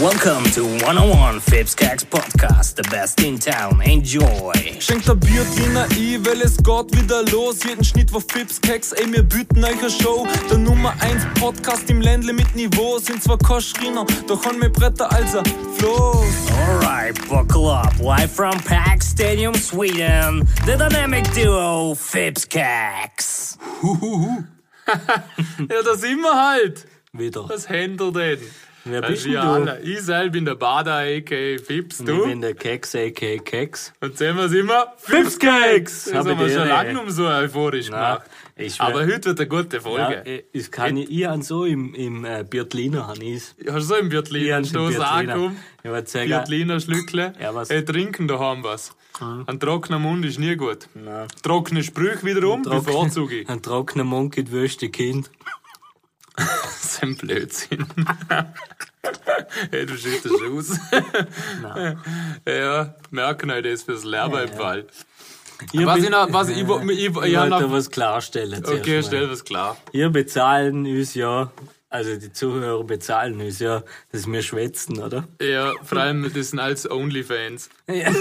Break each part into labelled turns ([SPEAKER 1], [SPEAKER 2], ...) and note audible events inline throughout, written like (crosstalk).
[SPEAKER 1] Welcome to 101 Fips Cacks Podcast, the best in town. Enjoy!
[SPEAKER 2] Schenkt ein Bier, Diener, ich, weil es geht wieder los. Jeden Schnitt war Fips, Keks, ey, wir bieten euch eine Show. Der Nummer 1 Podcast im Ländle mit Niveau. Sind zwar kein Schreiner, doch haben wir Bretter also als ein Floß.
[SPEAKER 1] Alright, buckle up. Live from Pack Stadium, Sweden, the dynamic duo Fips Cacks.
[SPEAKER 3] Ja, da sind wir halt.
[SPEAKER 2] Wieder.
[SPEAKER 3] Was händelt denn?
[SPEAKER 2] Wer
[SPEAKER 3] Das
[SPEAKER 2] bist
[SPEAKER 3] wir
[SPEAKER 2] denn du?
[SPEAKER 3] alle. Ich selbst bin der Bader, a.k.a. Fips,
[SPEAKER 2] Ich
[SPEAKER 3] du.
[SPEAKER 2] bin der Keks, a.k.a. Keks.
[SPEAKER 3] Und sehen wir immer.
[SPEAKER 2] Fipskeks!
[SPEAKER 3] Das
[SPEAKER 2] Hab ich
[SPEAKER 3] haben wir
[SPEAKER 2] die
[SPEAKER 3] schon
[SPEAKER 2] Ehre,
[SPEAKER 3] lange
[SPEAKER 2] ey.
[SPEAKER 3] nicht mehr so euphorisch
[SPEAKER 2] Na,
[SPEAKER 3] gemacht.
[SPEAKER 2] ich schwör-
[SPEAKER 3] Aber heute wird eine gute
[SPEAKER 2] Ja,
[SPEAKER 3] Folge.
[SPEAKER 2] äh, ich kann ich, ich an so im, im äh, Biertliner han ich's.
[SPEAKER 3] Hast du so im
[SPEAKER 2] Ich
[SPEAKER 3] Biertliner
[SPEAKER 2] hab's im
[SPEAKER 3] Stoß
[SPEAKER 2] Biertliner.
[SPEAKER 3] angekommen?
[SPEAKER 2] Ich würd sagen-
[SPEAKER 3] Biertliner Schlückle.
[SPEAKER 2] Ja, was?
[SPEAKER 3] Ey, trinken daheim was. Ein trockener Mund ist nie gut. Trockene Sprüche wiederum bevorzuge ich.
[SPEAKER 2] Ein trockener Mund geht wüsste Kind.
[SPEAKER 3] Das ist ein Blödsinn. (laughs) Ey, du schüttest aus. (laughs) ja, merken euch das fürs Lehrbeifall.
[SPEAKER 2] Ihr
[SPEAKER 3] Was
[SPEAKER 2] be-
[SPEAKER 3] ich noch, was ich, ich, ich, ich, ich
[SPEAKER 2] Ich
[SPEAKER 3] hab
[SPEAKER 2] wollte
[SPEAKER 3] noch,
[SPEAKER 2] was klarstellen. zuerst
[SPEAKER 3] okay,
[SPEAKER 2] mal.
[SPEAKER 3] stell was klar.
[SPEAKER 2] Ihr bezahlen uns ja, also die Zuhörer bezahlen uns ja, dass wir schwätzen, oder?
[SPEAKER 3] Ja, vor allem, das sind alles Onlyfans.
[SPEAKER 2] Ja.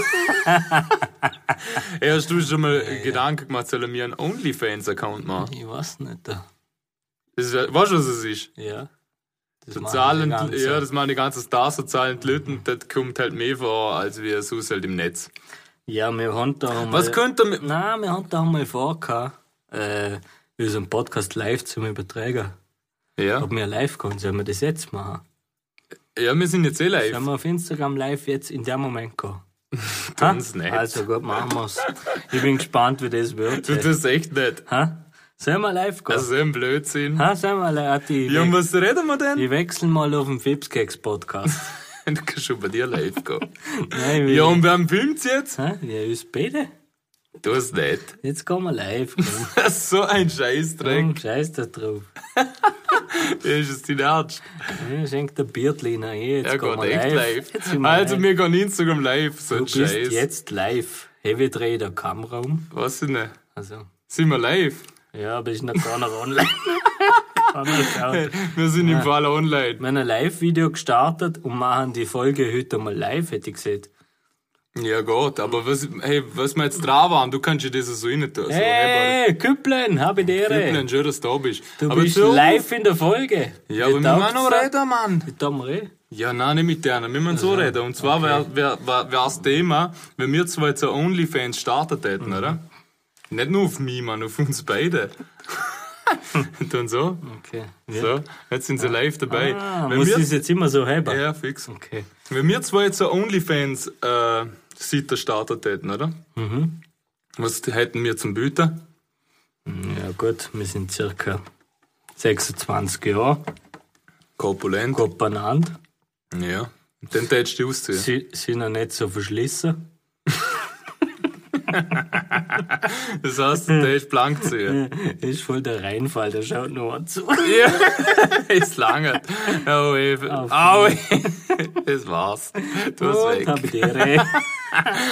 [SPEAKER 3] Ey, hast du schon mal Gedanken gemacht, sollen wir einen Onlyfans-Account machen?
[SPEAKER 2] (laughs) Ich weiß nicht. da.
[SPEAKER 3] Das ist, ja- weißt du, was es ist?
[SPEAKER 2] Ja. Das
[SPEAKER 3] Da
[SPEAKER 2] machen
[SPEAKER 3] Zahlen,
[SPEAKER 2] die ganzen.
[SPEAKER 3] ja, das machen die ganzen Stars, da zahlen die Leute und das kommt halt mehr vor, als wir es halt im Netz.
[SPEAKER 2] ja, wir haben da mal,
[SPEAKER 3] Was könnte man...
[SPEAKER 2] Nein, wir haben da mal vor, gehabt, äh, unseren Podcast live zum Übertragen.
[SPEAKER 3] Ja.
[SPEAKER 2] Ob wir live kommen, sollen wir das jetzt machen?
[SPEAKER 3] ja, wir sind jetzt eh
[SPEAKER 2] Sollen
[SPEAKER 3] live.
[SPEAKER 2] wir auf Instagram live jetzt in dem Moment gehen?
[SPEAKER 3] Tun's nicht.
[SPEAKER 2] Also gut, machen wir's. Ich bin gespannt, wie das wird.
[SPEAKER 3] (laughs) Du tust echt nicht.
[SPEAKER 2] Ha? Sollen wir live gehen?
[SPEAKER 3] Das ist ein Blödsinn.
[SPEAKER 2] ha, sollen wir live? Ich,
[SPEAKER 3] Also- Ja, und was reden wir denn?
[SPEAKER 2] ich wechsle mal auf den Fipskeks-Podcast.
[SPEAKER 3] (laughs) Du kannst schon bei dir live gehen.
[SPEAKER 2] Nein, ich will-
[SPEAKER 3] Ja, und wem filmt's jetzt?
[SPEAKER 2] Hä? Ja, uns beide?
[SPEAKER 3] Du es nicht. (laughs)
[SPEAKER 2] Jetzt gehen wir live. komm.
[SPEAKER 3] Das ist so ein Scheißdreck.
[SPEAKER 2] Komm, Scheiß da drauf.
[SPEAKER 3] Das ist dein Ernst.
[SPEAKER 2] Ja, Schenkt der Biertliner eh. Jetzt
[SPEAKER 3] Ja,
[SPEAKER 2] gehen
[SPEAKER 3] Gott,
[SPEAKER 2] wir live.
[SPEAKER 3] echt live.
[SPEAKER 2] Jetzt sind wir
[SPEAKER 3] Also,
[SPEAKER 2] live.
[SPEAKER 3] wir gehen Instagram live. So
[SPEAKER 2] du
[SPEAKER 3] ein
[SPEAKER 2] bist
[SPEAKER 3] Scheiß.
[SPEAKER 2] jetzt live. Hey, wir drehen der Kamera um.
[SPEAKER 3] Was denn? ne?
[SPEAKER 2] Also,
[SPEAKER 3] Sind wir live?
[SPEAKER 2] ja, aber ist noch keiner
[SPEAKER 3] (laughs)
[SPEAKER 2] online. Keiner schaut.
[SPEAKER 3] Wir sind
[SPEAKER 2] Ah.
[SPEAKER 3] im Fall online.
[SPEAKER 2] Wir haben ein Live-Video gestartet und machen die Folge heute mal live, hätte ich gesagt.
[SPEAKER 3] Ja, Gott, aber was, hey, was wir jetzt dran waren, du kannst dir das so rein tun. So, hey,
[SPEAKER 2] Hey, Küpplen, hab ich die
[SPEAKER 3] Bart. Ich bin
[SPEAKER 2] Ehre.
[SPEAKER 3] ein schön, dass du da bist.
[SPEAKER 2] Du
[SPEAKER 3] aber
[SPEAKER 2] bist
[SPEAKER 3] so-
[SPEAKER 2] live in der Folge.
[SPEAKER 3] Ja, aber wir müssen noch
[SPEAKER 2] rein.
[SPEAKER 3] reden, Mann. Ja, nein, nicht mit denen. Wir müssen so
[SPEAKER 2] Also,
[SPEAKER 3] reden. Und zwar wäre wär, wär, wär das Thema, wenn wir zwei jetzt ein Onlyfans startet hätten, oder?
[SPEAKER 2] Mhm.
[SPEAKER 3] Nicht nur auf mich, Mann, auf uns
[SPEAKER 2] (laughs)
[SPEAKER 3] beide. Und dann so.
[SPEAKER 2] Okay.
[SPEAKER 3] So, jetzt sind sie live dabei.
[SPEAKER 2] Ah,
[SPEAKER 3] wenn
[SPEAKER 2] muss ich
[SPEAKER 3] wir,
[SPEAKER 2] es jetzt immer so haben?
[SPEAKER 3] ja, fix.
[SPEAKER 2] Okay.
[SPEAKER 3] Wenn wir zwei jetzt eine Onlyfans-Seite startet hätten, oder?
[SPEAKER 2] Mhm.
[SPEAKER 3] Was hätten wir zum Bieten?
[SPEAKER 2] Ja gut, wir sind circa 26 Jahre
[SPEAKER 3] Korpulent.
[SPEAKER 2] gut beieinander,
[SPEAKER 3] ja. Den tätst du ausziehen. (laughs)
[SPEAKER 2] sie sind noch nicht so verschlissen. (laughs)
[SPEAKER 3] Das heißt, den tätst blank ziehen.
[SPEAKER 2] Das ist voll der Reinfall, der schaut nur an zu.
[SPEAKER 3] ja. (laughs) Ist lange. Oh, ey.
[SPEAKER 2] Ah,
[SPEAKER 3] Au, ey. (laughs) Das war's. Du hast
[SPEAKER 2] Und
[SPEAKER 3] weg.
[SPEAKER 2] hab ich die Ehre.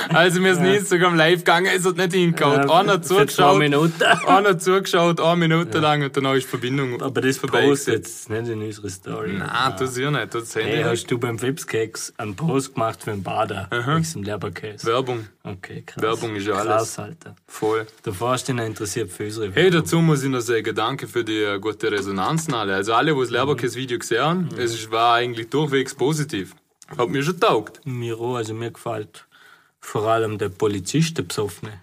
[SPEAKER 3] Also, wir sind Instagram live gegangen, es (laughs) hat nicht hingehauen. Einer
[SPEAKER 2] Für zwei
[SPEAKER 3] zugeschaut.
[SPEAKER 2] Minuten.
[SPEAKER 3] Einer zugeschaut, eine Minute lang und dann ist die Verbindung.
[SPEAKER 2] Aber das
[SPEAKER 3] gewesen.
[SPEAKER 2] postet jetzt nicht in unsere Story.
[SPEAKER 3] Ah, das ja nicht. Das Handy.
[SPEAKER 2] Hey, hast du beim Flipskeks einen Post gemacht für einen Bader? Wegen dem Leberkäse.
[SPEAKER 3] Werbung.
[SPEAKER 2] Okay, krass.
[SPEAKER 3] Werbung ist ja
[SPEAKER 2] krass,
[SPEAKER 3] alles.
[SPEAKER 2] Alter.
[SPEAKER 3] Voll.
[SPEAKER 2] Davor hast du dich noch interessiert für unsere
[SPEAKER 3] Hey, dazu muss ich noch sagen, danke für die äh, gute Resonanz. und alle. Also alle, die das Leberkäse-Video gesehen haben, es ist- war eigentlich durchwegs positiv. Hat mir schon taugt.
[SPEAKER 2] Mir auch, also mir gefällt vor allem der Polizist, der Besoffene.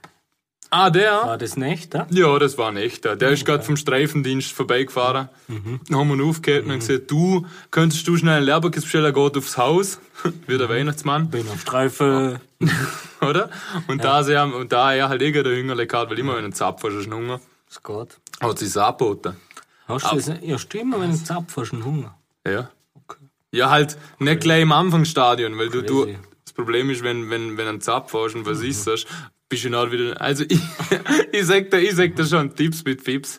[SPEAKER 3] Ah, der?
[SPEAKER 2] War das nicht, da?
[SPEAKER 3] Ja, das war ein echter. Der ist gerade vom Streifendienst vorbeigefahren. Dann haben wir ihn aufgehalten und gesagt, du, könntest du schnell einen Leberkäse bestellen, geht aufs Haus. (laughs) Wie der Weihnachtsmann,
[SPEAKER 2] Bin am Streifen.
[SPEAKER 3] oder? Und, da sie haben, und da er halt eh gerade einen Hungerle gehabt, weil immer wenn du Zapf hast, hast du einen Hunger.
[SPEAKER 2] Es geht.
[SPEAKER 3] Hat sich's angeboten.
[SPEAKER 2] Hast du das nicht? Ja, stimmt, wenn du zapfst, hast du einen Hunger.
[SPEAKER 3] Ja. Ja, halt nicht gleich im Anfangsstadion, weil du, du
[SPEAKER 2] Crazy. Mhm.
[SPEAKER 3] das Problem ist, wenn, wenn, wenn ein Zapf hast und was ist das, bist du dann wieder. Also (laughs) ich, ich sag dir, ich sag dir schon Tipps mit Fips.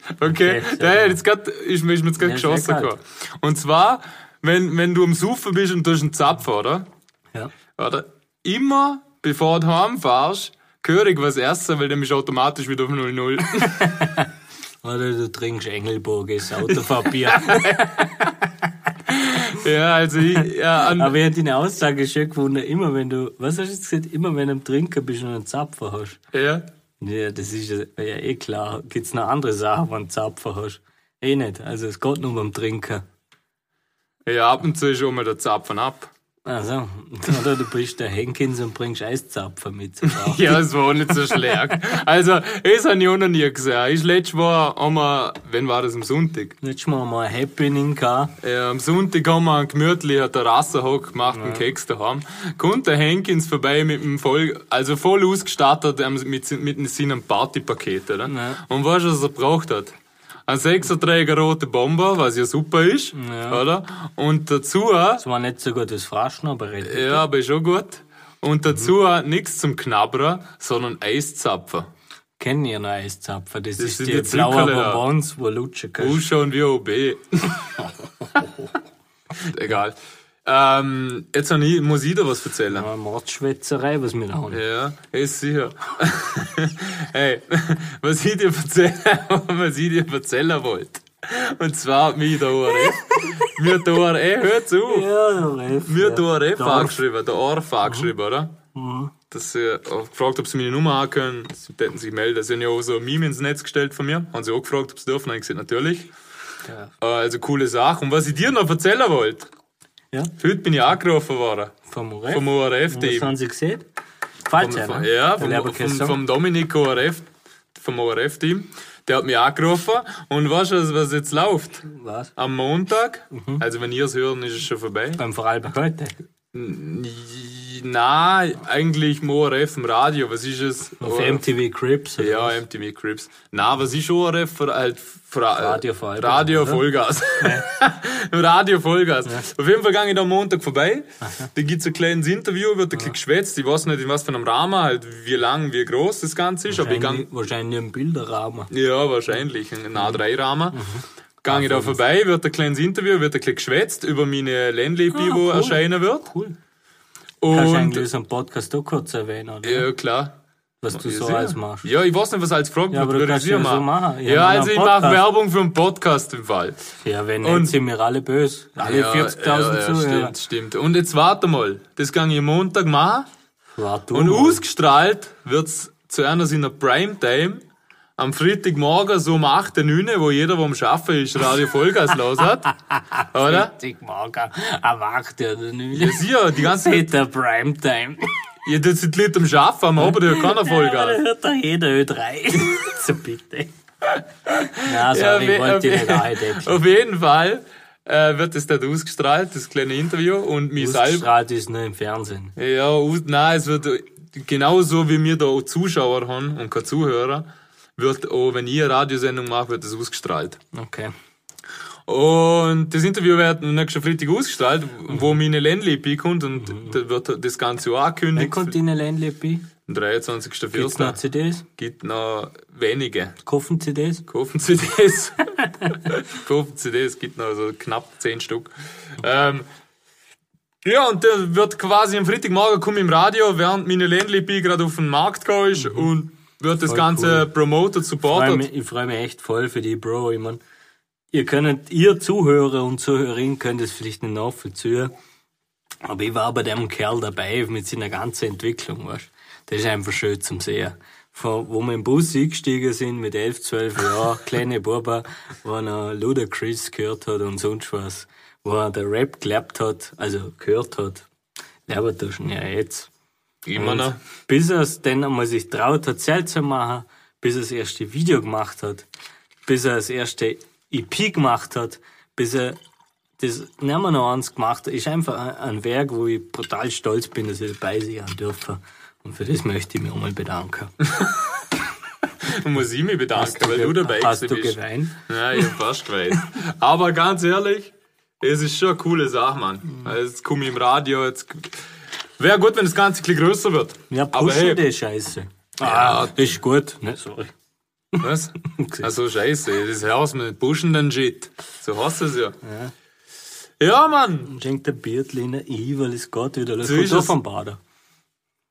[SPEAKER 2] Okay,
[SPEAKER 3] Okay.
[SPEAKER 2] sehr
[SPEAKER 3] der hat
[SPEAKER 2] gut.
[SPEAKER 3] jetzt grad, ich bin mir jetzt grad
[SPEAKER 2] Ja, sehr
[SPEAKER 3] geschossen.
[SPEAKER 2] gut.
[SPEAKER 3] gehabt. Und zwar, wenn, wenn du am Saufen bist und du hast einen Zapf, oder?
[SPEAKER 2] Ja.
[SPEAKER 3] Oder? Immer bevor du heimfährst, gehörig was essen, weil dann bist du automatisch wieder auf
[SPEAKER 2] (laughs)
[SPEAKER 3] 0-0.
[SPEAKER 2] Oder du trinkst Engelburg, ist Autofahrbier.
[SPEAKER 3] Ja, also ich, ja, an,
[SPEAKER 2] (laughs) Aber ich hätte deine Aussage schön gefunden, immer wenn du, was hast du jetzt gesagt, immer wenn du am Trinken bist und einen Zapfen hast.
[SPEAKER 3] ja.
[SPEAKER 2] Ja, das ist ja, ja eh klar. Gibt's noch andere Sachen, wenn du einen Zapfen hast? Eh nicht. Also es geht nur beim Trinken.
[SPEAKER 3] ja, ab und zu ist schon mal der Zapfen ab.
[SPEAKER 2] Also, (laughs) oder du bist der Henkins und bringst Eiszapfen (laughs) mit. zur Frau.
[SPEAKER 3] (laughs) Ja, es war nicht so schlecht. Also, das habe ich auch noch nie gesehen. Ich letztes Mal einmal, wenn war das am Sonntag?
[SPEAKER 2] Letztes Mal haben wir ein Happening gehabt.
[SPEAKER 3] Äh, am Sonntag haben wir einen gemütlichen Terrassenhock gemacht, einen Keks daheim. Kommt der Henkins vorbei mit dem voll, also voll ausgestattet ähm, mit, sin- mit seinem Partypaket, oder?
[SPEAKER 2] Ja.
[SPEAKER 3] Und weißt du, was er gebraucht hat? Ein 6er-Träger rote Bomber, was ja super ist, oder? Und dazu, äh,
[SPEAKER 2] Es war nicht so gut das Fraschen, aber recht.
[SPEAKER 3] ja, aber ist auch gut. Und dazu nichts zum Knabbern, sondern Eiszapfen.
[SPEAKER 2] Kennen ihr noch Eiszapfen? Das, ist
[SPEAKER 3] sind
[SPEAKER 2] die
[SPEAKER 3] die
[SPEAKER 2] blauen
[SPEAKER 3] Zuckerl, ja.
[SPEAKER 2] Bonbons, wo lutschen kannst.
[SPEAKER 3] Busch und wie OB. (laughs) Egal. Ähm, jetzt hab ich, muss ich da was erzählen.
[SPEAKER 2] Eine Mordschwätzerei, was wir da haben.
[SPEAKER 3] Ja, ist sicher. (laughs) hey, (laughs) was ich dir erzählen, (laughs) was ich dir erzählen wollte. Und zwar hat mich eh, der ORF. Mir hat der ORF, hör zu.
[SPEAKER 2] Ja, der Ralf,
[SPEAKER 3] Mir
[SPEAKER 2] ja.
[SPEAKER 3] hat der ORF
[SPEAKER 2] Der
[SPEAKER 3] angeschrieben, der ORF angeschrieben, oder? Dass sie auch gefragt, ob sie meine Nummer haben können. Sie hätten sich gemeldet. Sie haben ja auch so ein Meme ins Netz gestellt von mir. Haben sie auch gefragt, ob sie dürfen. Habe ich gesagt, natürlich. Äh, Also coole Sache. Und was ich dir noch erzählen wollte.
[SPEAKER 2] Ja.
[SPEAKER 3] Heute bin ich angerufen worden.
[SPEAKER 2] Vom Ralf.
[SPEAKER 3] Vom
[SPEAKER 2] Was
[SPEAKER 3] ORF-Team.
[SPEAKER 2] haben sie gesehen? Falsch,
[SPEAKER 3] Von-
[SPEAKER 2] ne?
[SPEAKER 3] Ja,
[SPEAKER 2] Der
[SPEAKER 3] vom, vom,
[SPEAKER 2] Leberkäse.
[SPEAKER 3] vom Dominik ORF, vom ORF-Team. Der hat mich angerufen und weißt du, was jetzt läuft?
[SPEAKER 2] Was?
[SPEAKER 3] Am Montag,
[SPEAKER 2] Mhm.
[SPEAKER 3] also wenn ihr es hören, ist es schon vorbei.
[SPEAKER 2] Beim Vorarlberg heute.
[SPEAKER 3] Na, eigentlich im ORF im Radio, was ist es?
[SPEAKER 2] Auf
[SPEAKER 3] ORF.
[SPEAKER 2] MTV Crips. oder
[SPEAKER 3] Ja,
[SPEAKER 2] was?
[SPEAKER 3] MTV Crips. Na, was ist ORF? Für, halt, für,
[SPEAKER 2] Radio Vollgas,
[SPEAKER 3] Radio
[SPEAKER 2] oder?
[SPEAKER 3] Vollgas. (laughs) Radio Vollgas. Auf jeden Fall gehe ich da am Montag vorbei. Da gibt's ein kleines Interview, wird ein bisschen geschwätzt. Ich weiß nicht, in was für einem Rahmen, halt, wie lang, wie groß das Ganze ist. Aber ich gang,
[SPEAKER 2] Wahrscheinlich, wahrscheinlich im Bilderrahmen.
[SPEAKER 3] ja, wahrscheinlich. Ein
[SPEAKER 2] Mhm.
[SPEAKER 3] A3-Rahmen. Gang ich da vorbei, wird ein kleines Interview, wird ein bisschen geschwätzt über meine Ländliche, die wo
[SPEAKER 2] Ah, cool.
[SPEAKER 3] erscheinen wird.
[SPEAKER 2] Cool. Kannst du
[SPEAKER 3] Und,
[SPEAKER 2] eigentlich unseren Podcast auch kurz erwähnen, oder?
[SPEAKER 3] ja, klar.
[SPEAKER 2] was du so
[SPEAKER 3] sicher.
[SPEAKER 2] alles machst.
[SPEAKER 3] Ja, ich weiß nicht, was als Frage
[SPEAKER 2] Ja, aber du
[SPEAKER 3] würde ich
[SPEAKER 2] kannst ja
[SPEAKER 3] dir
[SPEAKER 2] so
[SPEAKER 3] machen.
[SPEAKER 2] machen. Ja,
[SPEAKER 3] Ja, also
[SPEAKER 2] mit
[SPEAKER 3] ich
[SPEAKER 2] einem
[SPEAKER 3] mache
[SPEAKER 2] Podcast.
[SPEAKER 3] Werbung für einen Podcast im Fall.
[SPEAKER 2] Ja, wenn
[SPEAKER 3] Und-
[SPEAKER 2] nicht, sind wir alle böse. Alle
[SPEAKER 3] ja,
[SPEAKER 2] 40.000
[SPEAKER 3] ja, ja,
[SPEAKER 2] Zuhörer.
[SPEAKER 3] Stimmt, stimmt. Und jetzt warte mal. Das kann ich Montag machen.
[SPEAKER 2] Warte, du
[SPEAKER 3] Und
[SPEAKER 2] mal.
[SPEAKER 3] ausgestrahlt wird's zu einer seiner Primetime am Freitagmorgen so um 8, 9, wo jeder, wo am Schaffen ist, Radio Vollgas los
[SPEAKER 2] (laughs)
[SPEAKER 3] hat. Oder?
[SPEAKER 2] Dick Morgen, erwacht er oder
[SPEAKER 3] Ja,
[SPEAKER 2] nicht?
[SPEAKER 3] sicher, die ganze Zeit.
[SPEAKER 2] Peter Primetime.
[SPEAKER 3] Ja, das sind die Leute am Schaffen, am Abend hört
[SPEAKER 2] (laughs)
[SPEAKER 3] keiner
[SPEAKER 2] Ja, da
[SPEAKER 3] Vollgas.
[SPEAKER 2] hört doch jeder Ö3. (laughs) so bitte. Na,
[SPEAKER 3] Ja,
[SPEAKER 2] sorry,
[SPEAKER 3] we-
[SPEAKER 2] ich wollte dich nicht
[SPEAKER 3] auf- (laughs)
[SPEAKER 2] eindecken.
[SPEAKER 3] Auf jeden Fall äh, wird das dort ausgestrahlt, das kleine Interview. Und mich selber.
[SPEAKER 2] Ausgestrahlt ist nur im Fernsehen.
[SPEAKER 3] Ja, aus, nein, es wird genauso wie wir da auch Zuschauer haben und keine Zuhörer, wird auch, wenn ich eine Radiosendung mache, wird das ausgestrahlt.
[SPEAKER 2] Okay.
[SPEAKER 3] Und das Interview wird am nächsten Freitag ausgestrahlt,
[SPEAKER 2] Mhm.
[SPEAKER 3] wo meine Ländlippe kommt und da wird das Ganze auch
[SPEAKER 2] Wer
[SPEAKER 3] angekündigt.
[SPEAKER 2] kommt in eine Ländlippe?
[SPEAKER 3] Am
[SPEAKER 2] Gibt's noch
[SPEAKER 3] 23.04.
[SPEAKER 2] CDs?
[SPEAKER 3] gibt noch wenige.
[SPEAKER 2] Kaufen CDs?
[SPEAKER 3] Kaufen Sie das. (laughs) Kaufen Sie das, gibt noch so knapp 10 Stück. Ähm, ja, und der wird quasi am Freitagmorgen kommen im Radio, während meine Ländlippe gerade auf den Markt gegangen ist und wird das Ganze promoted,
[SPEAKER 2] Ich Mhm. freue
[SPEAKER 3] supported.
[SPEAKER 2] mich, ich freu mich echt voll für die Bro. Ich mein, ihr könnt, ihr Zuhörer und Zuhörerinnen könnt es vielleicht nicht nachvollziehen. Aber ich war bei dem Kerl dabei mit seiner ganzen Entwicklung, weißt Das ist einfach schön zum Sehen. Von, wo wir im Bus eingestiegen sind mit 11, 12 Jahren, (laughs) kleine Buben, wo er Ludacris gehört hat und sonst was, wo er der Rap geklappt hat, also gehört hat. Lebertaschen, ja jetzt.
[SPEAKER 3] Immer
[SPEAKER 2] Und
[SPEAKER 3] noch.
[SPEAKER 2] Bis er es dann einmal sich traut hat, selbst zu machen, bis er das erste Video gemacht hat, bis er das erste EP gemacht hat, bis er das nehmen wir noch eins gemacht hat, ist einfach ein, ein Werk, wo ich brutal stolz bin, dass ich dabei sein dürfen. Und für das möchte ich mich einmal bedanken.
[SPEAKER 3] Und muss ich mich bedanken, weil du dabei
[SPEAKER 2] Hast
[SPEAKER 3] gewesen
[SPEAKER 2] du
[SPEAKER 3] bist.
[SPEAKER 2] geweint?
[SPEAKER 3] Ja, ich hab
[SPEAKER 2] (laughs)
[SPEAKER 3] fast geweint. Aber ganz ehrlich, es ist schon eine coole Sache, Mann.
[SPEAKER 2] Mhm.
[SPEAKER 3] Also Jetzt komme ich im Radio, jetzt. Wäre gut, wenn das Ganze ein bisschen größer wird.
[SPEAKER 2] Ja,
[SPEAKER 3] Aber
[SPEAKER 2] pushen
[SPEAKER 3] hey,
[SPEAKER 2] die Scheiße. Ah, das ist gut. Ne, sorry.
[SPEAKER 3] (laughs) Was? Also scheiße, das Haus mit pushenden Shit. So heißt es ja. Ja, Mann.
[SPEAKER 2] Schenkt der Biertliner ein, weil es geht wieder. Das
[SPEAKER 3] So
[SPEAKER 2] kommt
[SPEAKER 3] ist
[SPEAKER 2] doch
[SPEAKER 3] es.
[SPEAKER 2] vom Bader.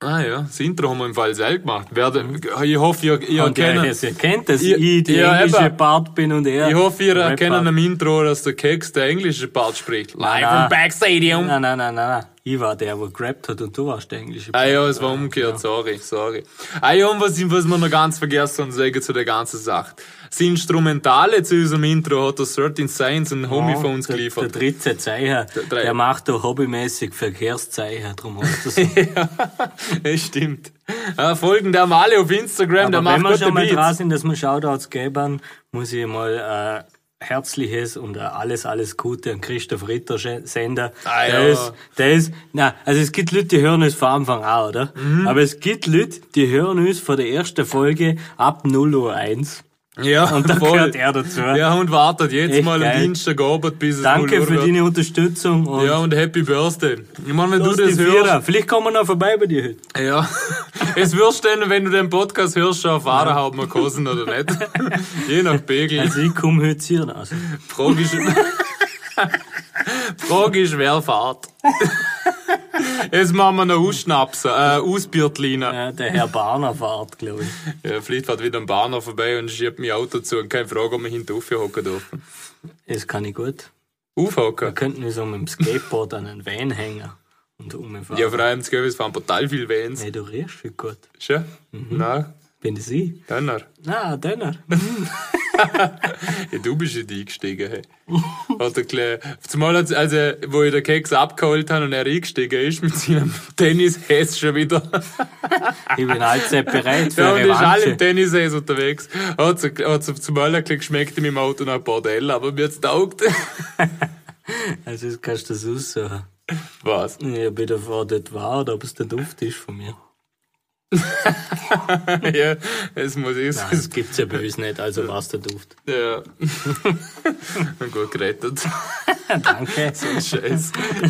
[SPEAKER 3] Ah ja, das Intro haben wir im Fall selber gemacht. Werde, ich hoffe, ihr, ihr
[SPEAKER 2] Und
[SPEAKER 3] erkennt.
[SPEAKER 2] ihr das erkennt, dass
[SPEAKER 3] Ja,
[SPEAKER 2] ich, der
[SPEAKER 3] ja,
[SPEAKER 2] englische
[SPEAKER 3] eben.
[SPEAKER 2] Part bin und er.
[SPEAKER 3] Ich hoffe, ihr
[SPEAKER 2] Rap-Part.
[SPEAKER 3] erkennt am Intro, dass der Keks der englische Part spricht. Live
[SPEAKER 2] Nein.
[SPEAKER 3] im Backstadium.
[SPEAKER 2] Nein, nein, nein, nein, nein. Ich war der, der gerappt hat und du warst der englische
[SPEAKER 3] Ah ja, es war umgekehrt, sorry, sorry. Ah ja, und was, was wir noch ganz vergessen haben, sagen zu der ganzen Sache. Das Instrumentale zu unserem Intro hat der 13 Science ein Homie von uns
[SPEAKER 2] der, Der
[SPEAKER 3] geliefert.
[SPEAKER 2] dritte Zeichen, der,
[SPEAKER 3] drei.
[SPEAKER 2] macht da hobbymäßig Verkehrszeichen, drum hast du
[SPEAKER 3] (laughs)
[SPEAKER 2] so.
[SPEAKER 3] Ja, stimmt. Ja, folgen der mal alle auf Instagram, der
[SPEAKER 2] Aber wenn
[SPEAKER 3] macht
[SPEAKER 2] wir
[SPEAKER 3] gute
[SPEAKER 2] schon mal dran
[SPEAKER 3] Beats.
[SPEAKER 2] sind, dass wir Shoutouts geben, muss ich mal äh, herzliches und äh, alles, alles Gute an Christoph Ritter sch- senden.
[SPEAKER 3] Ah,
[SPEAKER 2] der
[SPEAKER 3] ja.
[SPEAKER 2] ist, der ist, na, also es gibt Leute, die hören uns von Anfang an, oder?
[SPEAKER 3] Mhm.
[SPEAKER 2] Aber es gibt Leute, die hören uns von der ersten Folge ab 0.01
[SPEAKER 3] Ja,
[SPEAKER 2] und dann
[SPEAKER 3] voll.
[SPEAKER 2] gehört er dazu.
[SPEAKER 3] Ja, und wartet jetzt
[SPEAKER 2] Echt
[SPEAKER 3] mal am
[SPEAKER 2] geil.
[SPEAKER 3] Dienstagabend, bis es 0
[SPEAKER 2] Danke
[SPEAKER 3] Uhr
[SPEAKER 2] für
[SPEAKER 3] wird.
[SPEAKER 2] deine Unterstützung und
[SPEAKER 3] Ja, und Happy Birthday. Ich meine, wenn du
[SPEAKER 2] los
[SPEAKER 3] das
[SPEAKER 2] die
[SPEAKER 3] hörst,
[SPEAKER 2] Vierer. Vielleicht kommen wir noch vorbei bei dir heute.
[SPEAKER 3] Ja, (laughs) es wirst denn, wenn du den Podcast hörst, schon erfahren, ja. ob wir kosen oder nicht.
[SPEAKER 2] (laughs)
[SPEAKER 3] Je nach Pegel.
[SPEAKER 2] Also ich komme heute hier raus.
[SPEAKER 3] Frage ist, (laughs) Frage ist wer fährt? (laughs) Jetzt machen wir noch Ausschnapsen, äh, Ausbiertliner.
[SPEAKER 2] Ja, äh, der Herr Barner fährt, glaube ich.
[SPEAKER 3] Ja, vielleicht fährt wieder ein Bahner vorbei und schiebt mein Auto zu und keine Frage, ob wir hinten hocken dürfen.
[SPEAKER 2] Das kann ich gut.
[SPEAKER 3] Aufhocken?
[SPEAKER 2] Wir könnten uns auch mit dem Skateboard an einen Van hängen und umfahren.
[SPEAKER 3] Ja, vor allem, das Gefühl, es fahren brutal viel Vans.
[SPEAKER 2] Hey, du riechst schon gut.
[SPEAKER 3] Schon?
[SPEAKER 2] Mhm.
[SPEAKER 3] Nein,
[SPEAKER 2] Bin das ich?
[SPEAKER 3] dann noch.
[SPEAKER 2] Na, Döner.
[SPEAKER 3] Ja, du bist in die eingestiegen, hey. Hat er gleich, zumal hat's, also, wo ich den Keks abgeholt habe und er eingestiegen ist mit seinem Tennis-Hess schon wieder.
[SPEAKER 2] Ich bin allzeit bereit für
[SPEAKER 3] (laughs) Ja,
[SPEAKER 2] ja,
[SPEAKER 3] und ist alle im
[SPEAKER 2] Revanche.
[SPEAKER 3] Tennis-Hess unterwegs. Hat es zumal gleich geschmeckt in meinem Auto nach Bordell, aber mir hat's taugt. (laughs)
[SPEAKER 2] Also das kannst du das aussuchen.
[SPEAKER 3] Was?
[SPEAKER 2] Ich bin davor dort war oder ob es der Duft ist von mir.
[SPEAKER 3] Ja, es muss ich
[SPEAKER 2] Nein,
[SPEAKER 3] sagen.
[SPEAKER 2] das gibt's ja bei uns nicht, also war es der Duft.
[SPEAKER 3] Ja. (laughs) Gut gerettet.
[SPEAKER 2] Danke.
[SPEAKER 3] Scheiße.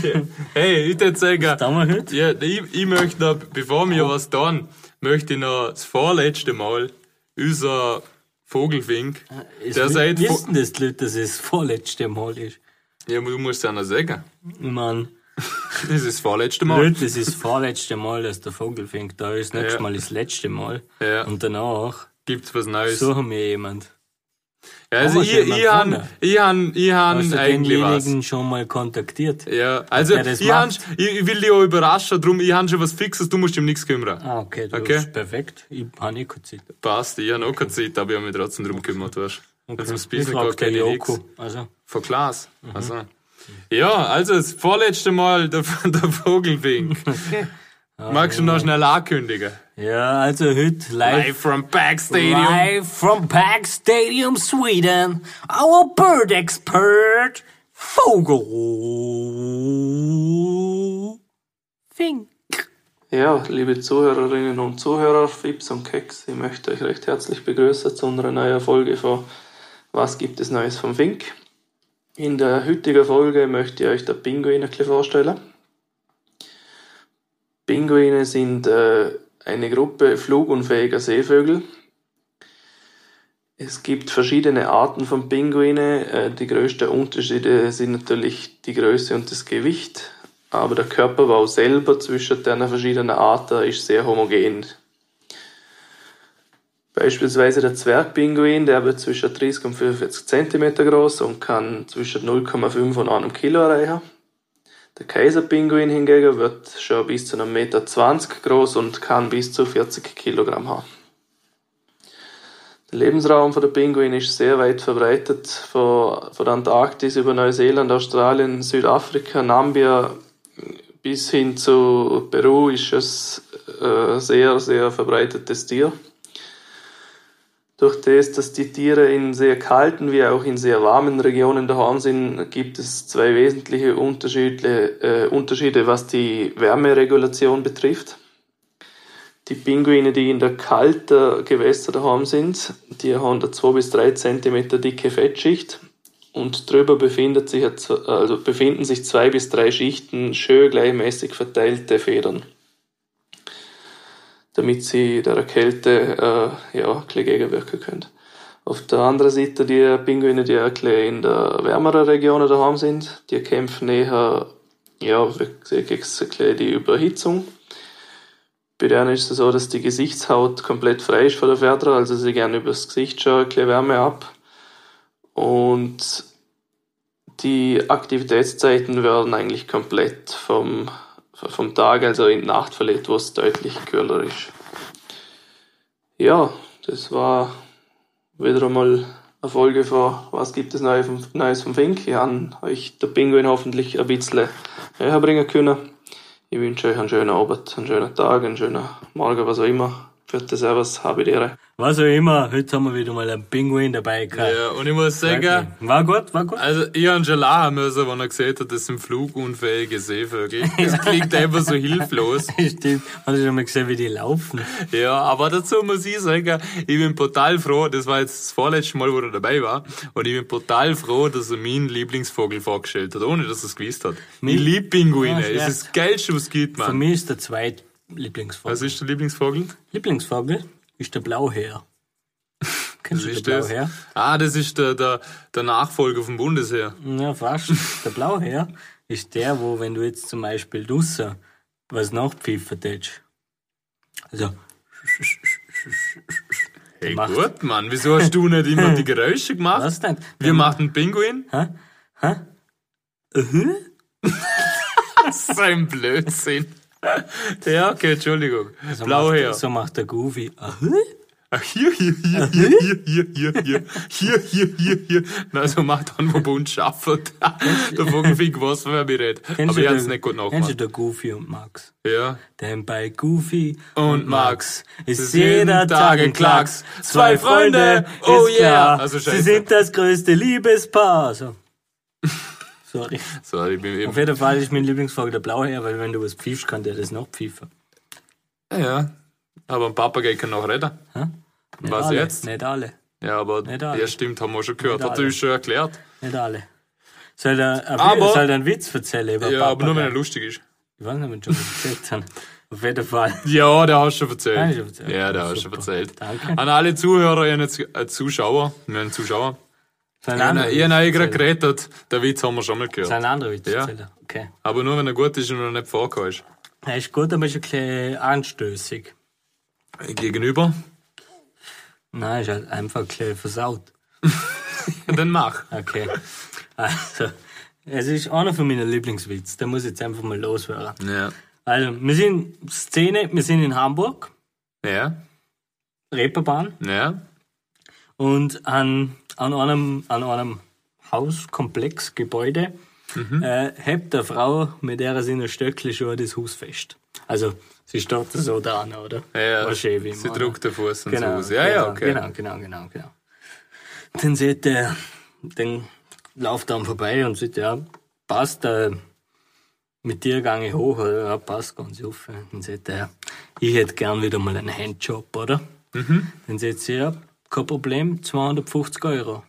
[SPEAKER 3] Ja. Hey, ich würde sagen,
[SPEAKER 2] Da mal heute.
[SPEAKER 3] Ja, ich, ich möchte noch, bevor wir was tun, möchte ich noch das vorletzte Mal unser Vogelfink,
[SPEAKER 2] Es
[SPEAKER 3] der
[SPEAKER 2] wi-
[SPEAKER 3] seit. Vo
[SPEAKER 2] wissen das die Leute, dass es das vorletzte Mal ist.
[SPEAKER 3] ja, du musst es ja noch sagen.
[SPEAKER 2] Ich meine,
[SPEAKER 3] Das ist das vorletzte Mal.
[SPEAKER 2] Leute, es ist das vorletzte Mal, dass der Vogel fängt. Da ist nächstes
[SPEAKER 3] Ja.
[SPEAKER 2] Mal ist das letzte Mal.
[SPEAKER 3] Ja.
[SPEAKER 2] Und danach
[SPEAKER 3] Gibt's was Neues?
[SPEAKER 2] suchen wir jemand.
[SPEAKER 3] ja, also,
[SPEAKER 2] haben
[SPEAKER 3] ich,
[SPEAKER 2] wir schon
[SPEAKER 3] ich
[SPEAKER 2] mal
[SPEAKER 3] han,
[SPEAKER 2] gefunden.
[SPEAKER 3] ich han, ich han
[SPEAKER 2] Hast du
[SPEAKER 3] eigentlich was.
[SPEAKER 2] denjenigen schon mal kontaktiert?
[SPEAKER 3] Ja, also,
[SPEAKER 2] der das
[SPEAKER 3] ich, han,
[SPEAKER 2] macht?
[SPEAKER 3] ich, ich will dich auch überraschen, drum, ich han schon was Fixes, du musst ihm nichts kümmern.
[SPEAKER 2] Ah, okay, das
[SPEAKER 3] Okay.
[SPEAKER 2] ist perfekt. Ich habe nicht keine Zeit.
[SPEAKER 3] Passt, ich han auch keine Zeit, aber ich habe mich trotzdem drum gekümmert, weißt du.
[SPEAKER 2] Mhm.
[SPEAKER 3] Okay. Also,
[SPEAKER 2] Ich frage den Joko.
[SPEAKER 3] nichts.
[SPEAKER 2] Also,
[SPEAKER 3] Von Klaas.
[SPEAKER 2] Mhm.
[SPEAKER 3] Also. Ja, also das vorletzte Mal der, (laughs)
[SPEAKER 2] (laughs)
[SPEAKER 3] der Vogelfink. Magst
[SPEAKER 2] Ah,
[SPEAKER 3] du noch schnell ankündigen?
[SPEAKER 2] ja, also heute live.
[SPEAKER 3] Live from Backstadium.
[SPEAKER 1] Live from Pack Stadium, Sweden, our bird expert, Vogel. Fink.
[SPEAKER 4] Ja, liebe Zuhörerinnen und Zuhörer, Fips und Keks, ich möchte euch recht herzlich begrüßen zu unserer neuen Folge von Was gibt es Neues vom Fink? In der heutigen Folge möchte ich euch den Pinguin ein bisschen vorstellen. Pinguine sind äh, eine Gruppe flugunfähiger Seevögel. Es gibt verschiedene Arten von Pinguine. Äh, die größten Unterschiede sind natürlich die Größe und das Gewicht. Aber der Körperbau selber zwischen den verschiedenen Arten ist sehr homogen. Beispielsweise der Zwergpinguin, der wird zwischen 30 und 45 cm groß und kann zwischen 0,5 und 1 Kilo erreichen. Der Kaiserpinguin hingegen wird schon bis zu 1,20 Meter groß und kann bis zu 40 Kilogramm haben. Der Lebensraum von der Pinguin ist sehr weit verbreitet, von, von der Antarktis über Neuseeland, Australien, Südafrika, Namibia bis hin zu Peru ist es äh, sehr, sehr verbreitetes Tier. Durch das, dass die Tiere in sehr kalten wie auch in sehr warmen Regionen daheim sind, gibt es zwei wesentliche Unterschiede, äh, Unterschiede was die Wärmeregulation betrifft. Die Pinguine, die in der kalten Gewässer daheim sind, die haben eine 2 bis 3 cm dicke Fettschicht und drüber befindet sich ein Z- also befinden sich zwei bis drei Schichten schön gleichmäßig verteilte Federn, damit sie der Kälte äh, ja, ein bisschen gegenwirken können. Auf der anderen Seite die Pinguine, die ein bisschen in der wärmeren Regionen daheim sind, die kämpfen eher ja, gegen die Überhitzung Bei denen ist es so, dass die Gesichtshaut komplett frei ist von der Fedra, also sie gerne übers Gesicht schon ein bisschen Wärme ab. Und die Aktivitätszeiten werden eigentlich komplett vom, vom Tag, also in die Nacht verlegt, wo es deutlich kühler ist. Ja, das war wieder einmal eine Folge von Was gibt es Neues vom, Neues vom Fink? Ich habe euch der Pinguin hoffentlich ein bisschen näher bringen können. Ich wünsche euch einen schönen Abend, einen schönen Tag, einen schönen Morgen, was auch immer. Für das Servus, habe ich die Ehre.
[SPEAKER 2] Was auch immer, heute haben wir wieder mal einen Pinguin dabei gehabt.
[SPEAKER 3] Ja, und ich muss sagen,
[SPEAKER 2] Wirklich. War gut, war gut.
[SPEAKER 3] Also, ich habe schon lachen müssen, wenn er gesehen hat, das sind flugunfähige Seevögel. Das
[SPEAKER 2] (laughs)
[SPEAKER 3] klingt einfach so hilflos.
[SPEAKER 2] Stimmt, hast du schon mal gesehen, wie die laufen?
[SPEAKER 3] Ja, aber dazu muss ich sagen, ich bin total froh, das war jetzt das vorletzte Mal, wo er dabei war, und ich bin total froh, dass er meinen Lieblingsvogel vorgestellt hat, ohne dass er es gewusst hat. Ich liebe
[SPEAKER 2] Ah, Ja,
[SPEAKER 3] Pinguine,
[SPEAKER 2] schlecht.
[SPEAKER 3] es ist das Geilste, was es gibt,
[SPEAKER 2] Für
[SPEAKER 3] Mann.
[SPEAKER 2] mich ist der zweite Lieblingsvogel.
[SPEAKER 3] Was ist der Lieblingsvogel?
[SPEAKER 2] Lieblingsvogel ist der
[SPEAKER 3] (laughs)
[SPEAKER 2] Blauheer. Kennst du
[SPEAKER 3] Das
[SPEAKER 2] den
[SPEAKER 3] ist das.
[SPEAKER 2] Blauheer?
[SPEAKER 3] Ah, das ist der, der, der Nachfolger vom Bundesheer.
[SPEAKER 2] Ja, fast. Der Blauheer ist der, wo, wenn du jetzt zum Beispiel draussen was nachpfeifen tätst. Also,
[SPEAKER 3] Hey,
[SPEAKER 2] macht-
[SPEAKER 3] gut, Mann, wieso hast du nicht
[SPEAKER 2] (laughs)
[SPEAKER 3] immer die Geräusche gemacht?
[SPEAKER 2] was denn?
[SPEAKER 3] Wir machen einen Pinguin.
[SPEAKER 2] Mhm.
[SPEAKER 3] (laughs) So ein Blödsinn. Ja, okay, Entschuldigung.
[SPEAKER 2] So
[SPEAKER 3] Blau
[SPEAKER 2] Also macht,
[SPEAKER 3] her.
[SPEAKER 2] So macht der Goofy. Ah,
[SPEAKER 3] Ach, hier, hier, hier, hier, hier, hier, hier, hier, hier, hier, hier. Na, so macht dann, wo Bund schafft. Der Vogelfink weiß, wer mir redet. Aber ich hab's nicht gut
[SPEAKER 2] Kennst du
[SPEAKER 3] nachgemacht.
[SPEAKER 2] der Goofy und Max?
[SPEAKER 3] Ja.
[SPEAKER 2] Denn bei Goofy
[SPEAKER 3] Und Max ist jeden Tag ein Klacks.
[SPEAKER 2] Zwei
[SPEAKER 3] Zwei
[SPEAKER 2] Freunde,
[SPEAKER 3] Freunde,
[SPEAKER 2] oh
[SPEAKER 3] oh
[SPEAKER 2] ist
[SPEAKER 3] yeah.
[SPEAKER 2] klar.
[SPEAKER 3] Also
[SPEAKER 2] Sie
[SPEAKER 3] scheiße.
[SPEAKER 2] sind das größte Liebespaar. So. (laughs) Sorry.
[SPEAKER 3] So, ich bin
[SPEAKER 2] Auf
[SPEAKER 3] eben.
[SPEAKER 2] jeden Fall ist mein Lieblingsvogel der Blauherr, weil wenn du was pfiffst, kann der das noch pfeifen.
[SPEAKER 3] Ja, Ja. Aber ein Papagei kann noch reden.
[SPEAKER 2] Nicht
[SPEAKER 3] Was
[SPEAKER 2] alle,
[SPEAKER 3] jetzt?
[SPEAKER 2] Nicht alle.
[SPEAKER 3] Ja, aber,
[SPEAKER 2] Nicht alle.
[SPEAKER 3] ja, stimmt, haben wir schon gehört.
[SPEAKER 2] Nicht
[SPEAKER 3] Hat er
[SPEAKER 2] alle.
[SPEAKER 3] uns schon erklärt.
[SPEAKER 2] Nicht alle. Soll er, aber,
[SPEAKER 3] Aber-
[SPEAKER 2] soll er einen Witz erzählen über
[SPEAKER 3] Ja, aber nur, wenn
[SPEAKER 2] Papagei?
[SPEAKER 3] er lustig ist.
[SPEAKER 2] Ich weiß nicht, ob ich schon erzählt habe. Auf jeden Fall.
[SPEAKER 3] Ja, der hast du schon erzählt.
[SPEAKER 2] Hab ich schon erzählt.
[SPEAKER 3] Ja, der hast du
[SPEAKER 2] Super.
[SPEAKER 3] schon erzählt.
[SPEAKER 2] Danke.
[SPEAKER 3] An alle Zuhörer, ihr habt jetzt- äh, Zuschauer, wir haben Zuschauer.
[SPEAKER 2] Soll
[SPEAKER 3] Ich
[SPEAKER 2] ein anderer Witz
[SPEAKER 3] habe eigentlich gerade
[SPEAKER 2] erzählen?
[SPEAKER 3] geredet, den Witz haben wir schon mal gehört.
[SPEAKER 2] Soll ein anderer Witz
[SPEAKER 3] Ja.
[SPEAKER 2] erzählen? Okay.
[SPEAKER 3] Aber nur wenn er gut ist und er nicht vorgekommen ist.
[SPEAKER 2] Er ist gut, aber ist ein bisschen anstößig. (laughs)
[SPEAKER 3] Gegenüber,
[SPEAKER 2] Nein, ist halt einfach ein bisschen versaut.
[SPEAKER 3] dann mach. (laughs)
[SPEAKER 2] Okay. Also, es ist einer von meinen Lieblingswitz. Der muss ich jetzt einfach mal loswerden.
[SPEAKER 3] Ja.
[SPEAKER 2] Also, wir sind Szene, wir sind in Hamburg,
[SPEAKER 3] Ja,
[SPEAKER 2] Reeperbahn,
[SPEAKER 3] ja,
[SPEAKER 2] und an, an einem, an einem Hauskomplex, Gebäude,
[SPEAKER 3] Mhm.
[SPEAKER 2] äh, hebt der Frau, mit der sie in der Stöckli schon das Haus fest. Also, sie steht da so da an, oder?
[SPEAKER 3] ja.
[SPEAKER 2] War schön, wie
[SPEAKER 3] Sie
[SPEAKER 2] immer,
[SPEAKER 3] drückt den Fuß ins
[SPEAKER 2] genau,
[SPEAKER 3] Haus. Ja,
[SPEAKER 2] genau,
[SPEAKER 3] ja, okay.
[SPEAKER 2] Genau, genau, genau, genau. Dann sieht er, dann läuft er am vorbei und sieht, ja, passt, äh, mit dir gang ich hoch, oder? ja, passt ganz auf. Dann sieht er, ich hätte gern wieder mal einen Handjob, oder?
[SPEAKER 3] Mhm.
[SPEAKER 2] Dann sagt sie, ja, kein Problem, 250 Euro.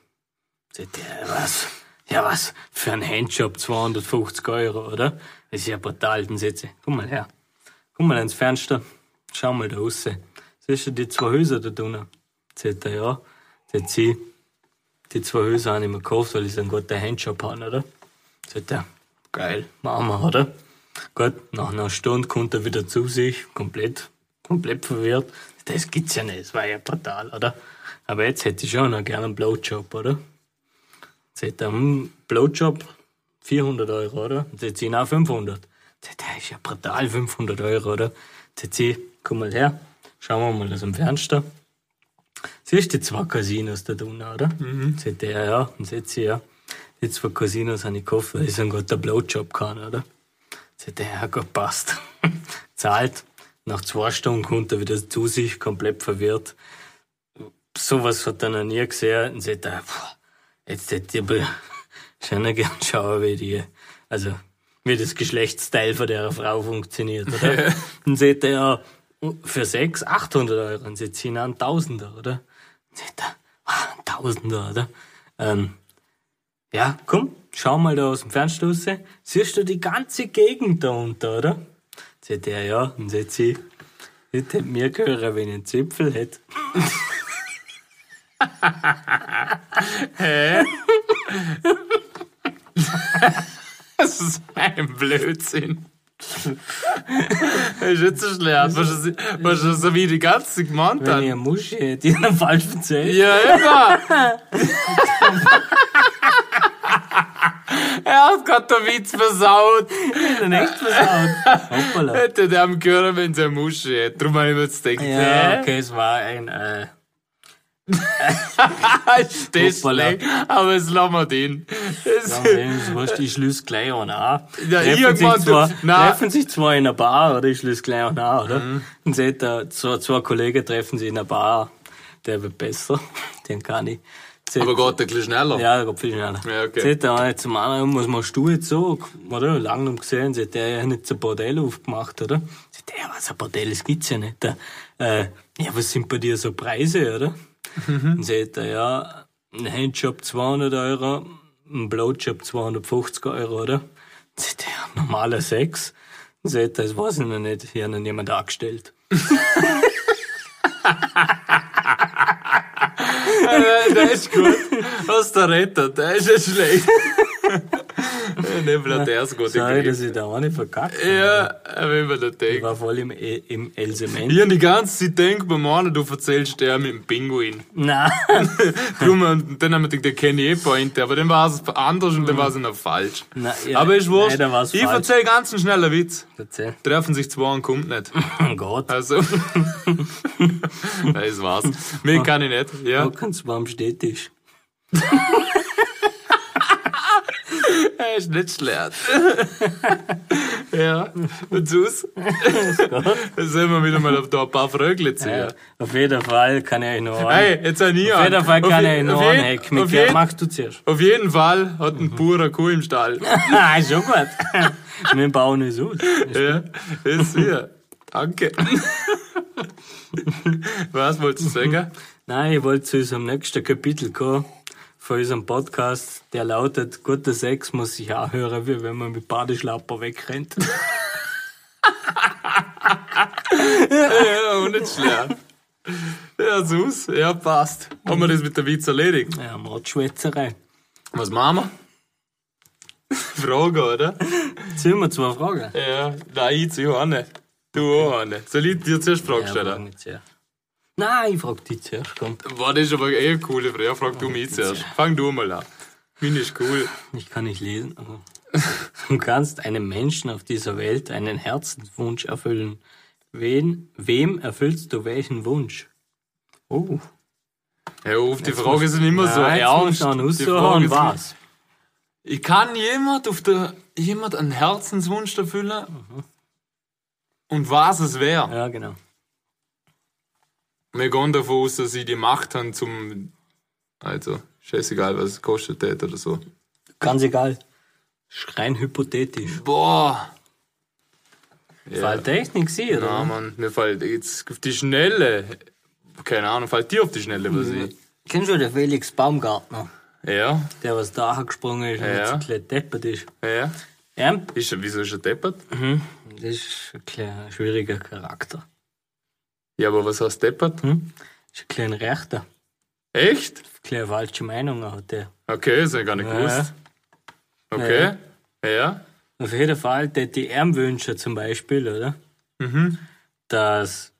[SPEAKER 2] Sagt er, ja, was? Ja, was? Für einen Handjob 250 Euro, oder? Das ist ja brutal. Dann sagt sie, komm mal her. Komm mal ans Fenster. Schau mal da raus. Siehst du die zwei Häuser da drinnen? Sagt er, ja. Sagt sie, die zwei Häuser habe ich mir gekauft, weil ich so einen guten Handjob habe, oder? Sagt er, geil, machen wir, oder? Gut, nach einer Stunde kommt er wieder zu sich, komplett, komplett verwirrt. Das gibt's ja nicht, das war ja brutal, oder? Aber jetzt hätte ich schon noch gerne einen Blowjob, oder? Sagt er, hm, Blowjob, 400 Euro, oder? Und sagt sie, na, 500. Sagt er, ist ja brutal, 500 Euro, oder? Sagt sie, komm mal her, schauen wir mal aus dem Fenster. Siehst du die zwei Casinos da drinnen, oder? Mhm. Sagt er, ja. Und sagt sie, ja. Die zwei Casinos habe ich gekauft, weil ich so einen guten Blowjob kann, oder? Sagt er, ja, gut, passt. (laughs) Zahlt. Nach zwei Stunden kommt er wieder zu sich, komplett verwirrt. Sowas hat er noch nie gesehen. Und sagt er, "Puh, jetzt hätte ich aber (laughs) schon noch gern schauen, wie die, also, wie das Geschlechtsteil von der Frau funktioniert, oder? Dann sagt er, ja, oh, für sechs 800 Euro. Und sie ziehen einen Tausender, oder? Dann sagt er, "Ah, ein Tausender, oder? Ähm, ja, komm, schau mal da aus dem Fenster raus. Siehst du die ganze Gegend da unter, oder? Dann sagt er, ja. Und sagt sie, ich hätte mir gehört, wenn ich einen Zipfel hätte.
[SPEAKER 3] Das ist ein Blödsinn. Ist nicht so schlecht. Was ist, was ist so wie die ganze gemeint
[SPEAKER 2] Wenn ich
[SPEAKER 3] hat.
[SPEAKER 2] eine Muschi hätte, ich habe falsch erzählt.
[SPEAKER 3] Ja, immer. (laughs) er hat gerade den Witz versaut.
[SPEAKER 2] Ja, nichts versaut. (laughs) Hoppala.
[SPEAKER 3] Hätte der am gehört, wenn sie eine Muschi hätte. Darum habe ich mir jetzt gedacht,
[SPEAKER 2] Ja,
[SPEAKER 3] ja.
[SPEAKER 2] okay, es war ein, äh,
[SPEAKER 3] ist das
[SPEAKER 2] Hoppala.
[SPEAKER 3] schlecht. Aber es lassen wir den. Das
[SPEAKER 2] ich wurscht, ich schlüsse gleich an an.
[SPEAKER 3] Ja,
[SPEAKER 2] treffen,
[SPEAKER 3] irgendwann
[SPEAKER 2] sich zwei,
[SPEAKER 3] tut's- nein.
[SPEAKER 2] treffen sich zwei in einer Bar, oder? Ich schlüsse gleich an an, oder? Dann seht ihr, zwei, zwei Kollegen treffen sich in einer Bar. Der wird besser. (laughs) Den kann ich. Seht-
[SPEAKER 3] aber geht ein bisschen schneller.
[SPEAKER 2] Ja, da geht viel schneller.
[SPEAKER 3] Ja, okay.
[SPEAKER 2] Seht ihr, jetzt zum anderen, was machst du jetzt so? Oder? Lange nicht gesehen, seit der ja nicht so ein Bordell aufgemacht, oder? Seht ihr, was ein Bordell, das gibt's ja nicht. Äh, ja, was sind bei dir so Preise, oder?
[SPEAKER 3] Mhm.
[SPEAKER 2] Dann seht ihr, ja, ein Handjob 200 Euro, ein Blowjob 250 Euro, oder? Dann seht ihr, normaler Sex. Dann seht ihr, das weiß ich noch nicht, hier hat noch niemand angestellt.
[SPEAKER 3] Ja, Äh, der ist gut. Hast du rettet. Der ist nicht
[SPEAKER 2] (laughs)
[SPEAKER 3] schlecht. Nehmen wir der ist gut
[SPEAKER 2] Sorry, dass
[SPEAKER 3] gekriegt.
[SPEAKER 2] ich da auch nicht verkackt hab.
[SPEAKER 3] Ja, wenn wir das
[SPEAKER 2] Ich
[SPEAKER 3] denken.
[SPEAKER 2] war voll im, E-, im Elsement.
[SPEAKER 3] Ich hab die ganze Zeit gedacht, beim einen, du erzählst der mit dem
[SPEAKER 2] (laughs)
[SPEAKER 3] Pinguin.
[SPEAKER 2] Nein.
[SPEAKER 3] Drum, und dann haben wir gedacht, der kenne ich eh Pointe, aber dann war es anders und dann war es noch falsch.
[SPEAKER 2] Na, Mhm. ja,
[SPEAKER 3] aber ist wurscht.
[SPEAKER 2] leider war's
[SPEAKER 3] ich
[SPEAKER 2] falsch.
[SPEAKER 3] erzähl ganz einen schnellen Witz.
[SPEAKER 2] Erzähl.
[SPEAKER 3] Treffen sich zwei und kommt nicht.
[SPEAKER 2] Oh Gott.
[SPEAKER 3] Also.
[SPEAKER 2] (laughs)
[SPEAKER 3] das war's. Mehr kann ich nicht. Ja.
[SPEAKER 2] Hocken sie am Städtisch.
[SPEAKER 3] Er ist nicht
[SPEAKER 2] (laughs)
[SPEAKER 3] schlecht. ja, und
[SPEAKER 2] (laughs)
[SPEAKER 3] sonst? Jetzt sind wir wieder mal auf da ein paar Frögle ziehen.
[SPEAKER 2] Ja. Auf jeden Fall kann ich euch noch einen.
[SPEAKER 3] Hey, jetzt ein Ian.
[SPEAKER 2] auf jeden Fall kann ich euch noch
[SPEAKER 3] auf
[SPEAKER 2] einen
[SPEAKER 3] je-
[SPEAKER 2] Hack
[SPEAKER 3] auf,
[SPEAKER 2] mit
[SPEAKER 3] jeden,
[SPEAKER 2] Machst du zuerst. (laughs)
[SPEAKER 3] auf jeden Fall hat ein purer Kuh im (laughs) Stall.
[SPEAKER 2] Ah, schon gut.
[SPEAKER 3] (laughs)
[SPEAKER 2] Wir bauen es aus.
[SPEAKER 3] ja, ist hier. Danke. (laughs) Was wolltest du sagen?
[SPEAKER 2] Nein, ich wollte zu unserem nächsten Kapitel kommen. Von unserem Podcast, der lautet, guter Sex muss sich anhören, wie wenn man mit Badeschlapper
[SPEAKER 3] (laughs)
[SPEAKER 2] wegrennt.
[SPEAKER 3] Ja, auch nicht schlecht. Ja, sonst? Ja, passt. Haben wir das mit der Witz erledigt?
[SPEAKER 2] Ja, Mordschwätzerei.
[SPEAKER 3] Was machen wir? (laughs) Frage, oder?
[SPEAKER 2] Jetzt sind wir zwei Fragen.
[SPEAKER 3] Ja, nein, ich zu auch nicht. Du auch nicht. Soll ich dir zuerst Frage
[SPEAKER 2] frag
[SPEAKER 3] stellen?
[SPEAKER 2] mich zuerst. Nein, ich frag dich zuerst. Komm,
[SPEAKER 3] War das ist aber eh eine coole Frage. Ja, frag du mich zuerst. Fang du mal an. Meine ist cool.
[SPEAKER 2] ich kann nicht lesen. aber- (laughs) Du kannst einem Menschen auf dieser Welt einen Herzenswunsch erfüllen. Wen, wem erfüllst du welchen Wunsch? Oh,
[SPEAKER 3] Hör auf, die Fragen sind immer so
[SPEAKER 2] jetzt muss
[SPEAKER 3] ernst.
[SPEAKER 2] man
[SPEAKER 3] Die Fragen
[SPEAKER 2] aussuchen,
[SPEAKER 3] sind-
[SPEAKER 2] was?
[SPEAKER 3] Ich kann jemand auf der, jemand einen Herzenswunsch erfüllen und was es wäre.
[SPEAKER 2] Ja, genau.
[SPEAKER 3] Wir gehen davon aus, dass sie die Macht haben zum, also, scheißegal, was es kostet hätte oder so.
[SPEAKER 2] Ganz egal. Schrein hypothetisch.
[SPEAKER 3] Boah. Ja.
[SPEAKER 2] Falltechnik, sie, oder?
[SPEAKER 3] Na, Mann, mir fällt jetzt auf die Schnelle. Keine Ahnung, fällt dir auf die Schnelle, was
[SPEAKER 2] Mhm.
[SPEAKER 3] ich.
[SPEAKER 2] Kennst du den Felix Baumgartner?
[SPEAKER 3] Ja,
[SPEAKER 2] Der, was da gesprungen ist und
[SPEAKER 3] Ja.
[SPEAKER 2] jetzt ein bisschen deppert ist.
[SPEAKER 3] ja.
[SPEAKER 2] Ja,
[SPEAKER 3] Ist er, wieso ist er deppert?
[SPEAKER 2] das ist ein kleiner, schwieriger Charakter.
[SPEAKER 3] Ja, aber was heißt deppert?
[SPEAKER 2] Ist ein kleiner Rechter.
[SPEAKER 3] Echt?
[SPEAKER 2] Kleine falsche Meinungen hat der.
[SPEAKER 3] Okay, ist ja gar nicht
[SPEAKER 2] Ja.
[SPEAKER 3] gewusst. Okay. Ja. ja.
[SPEAKER 2] Auf jeden Fall der die Wünsche zum Beispiel, oder? Mhm. Dass,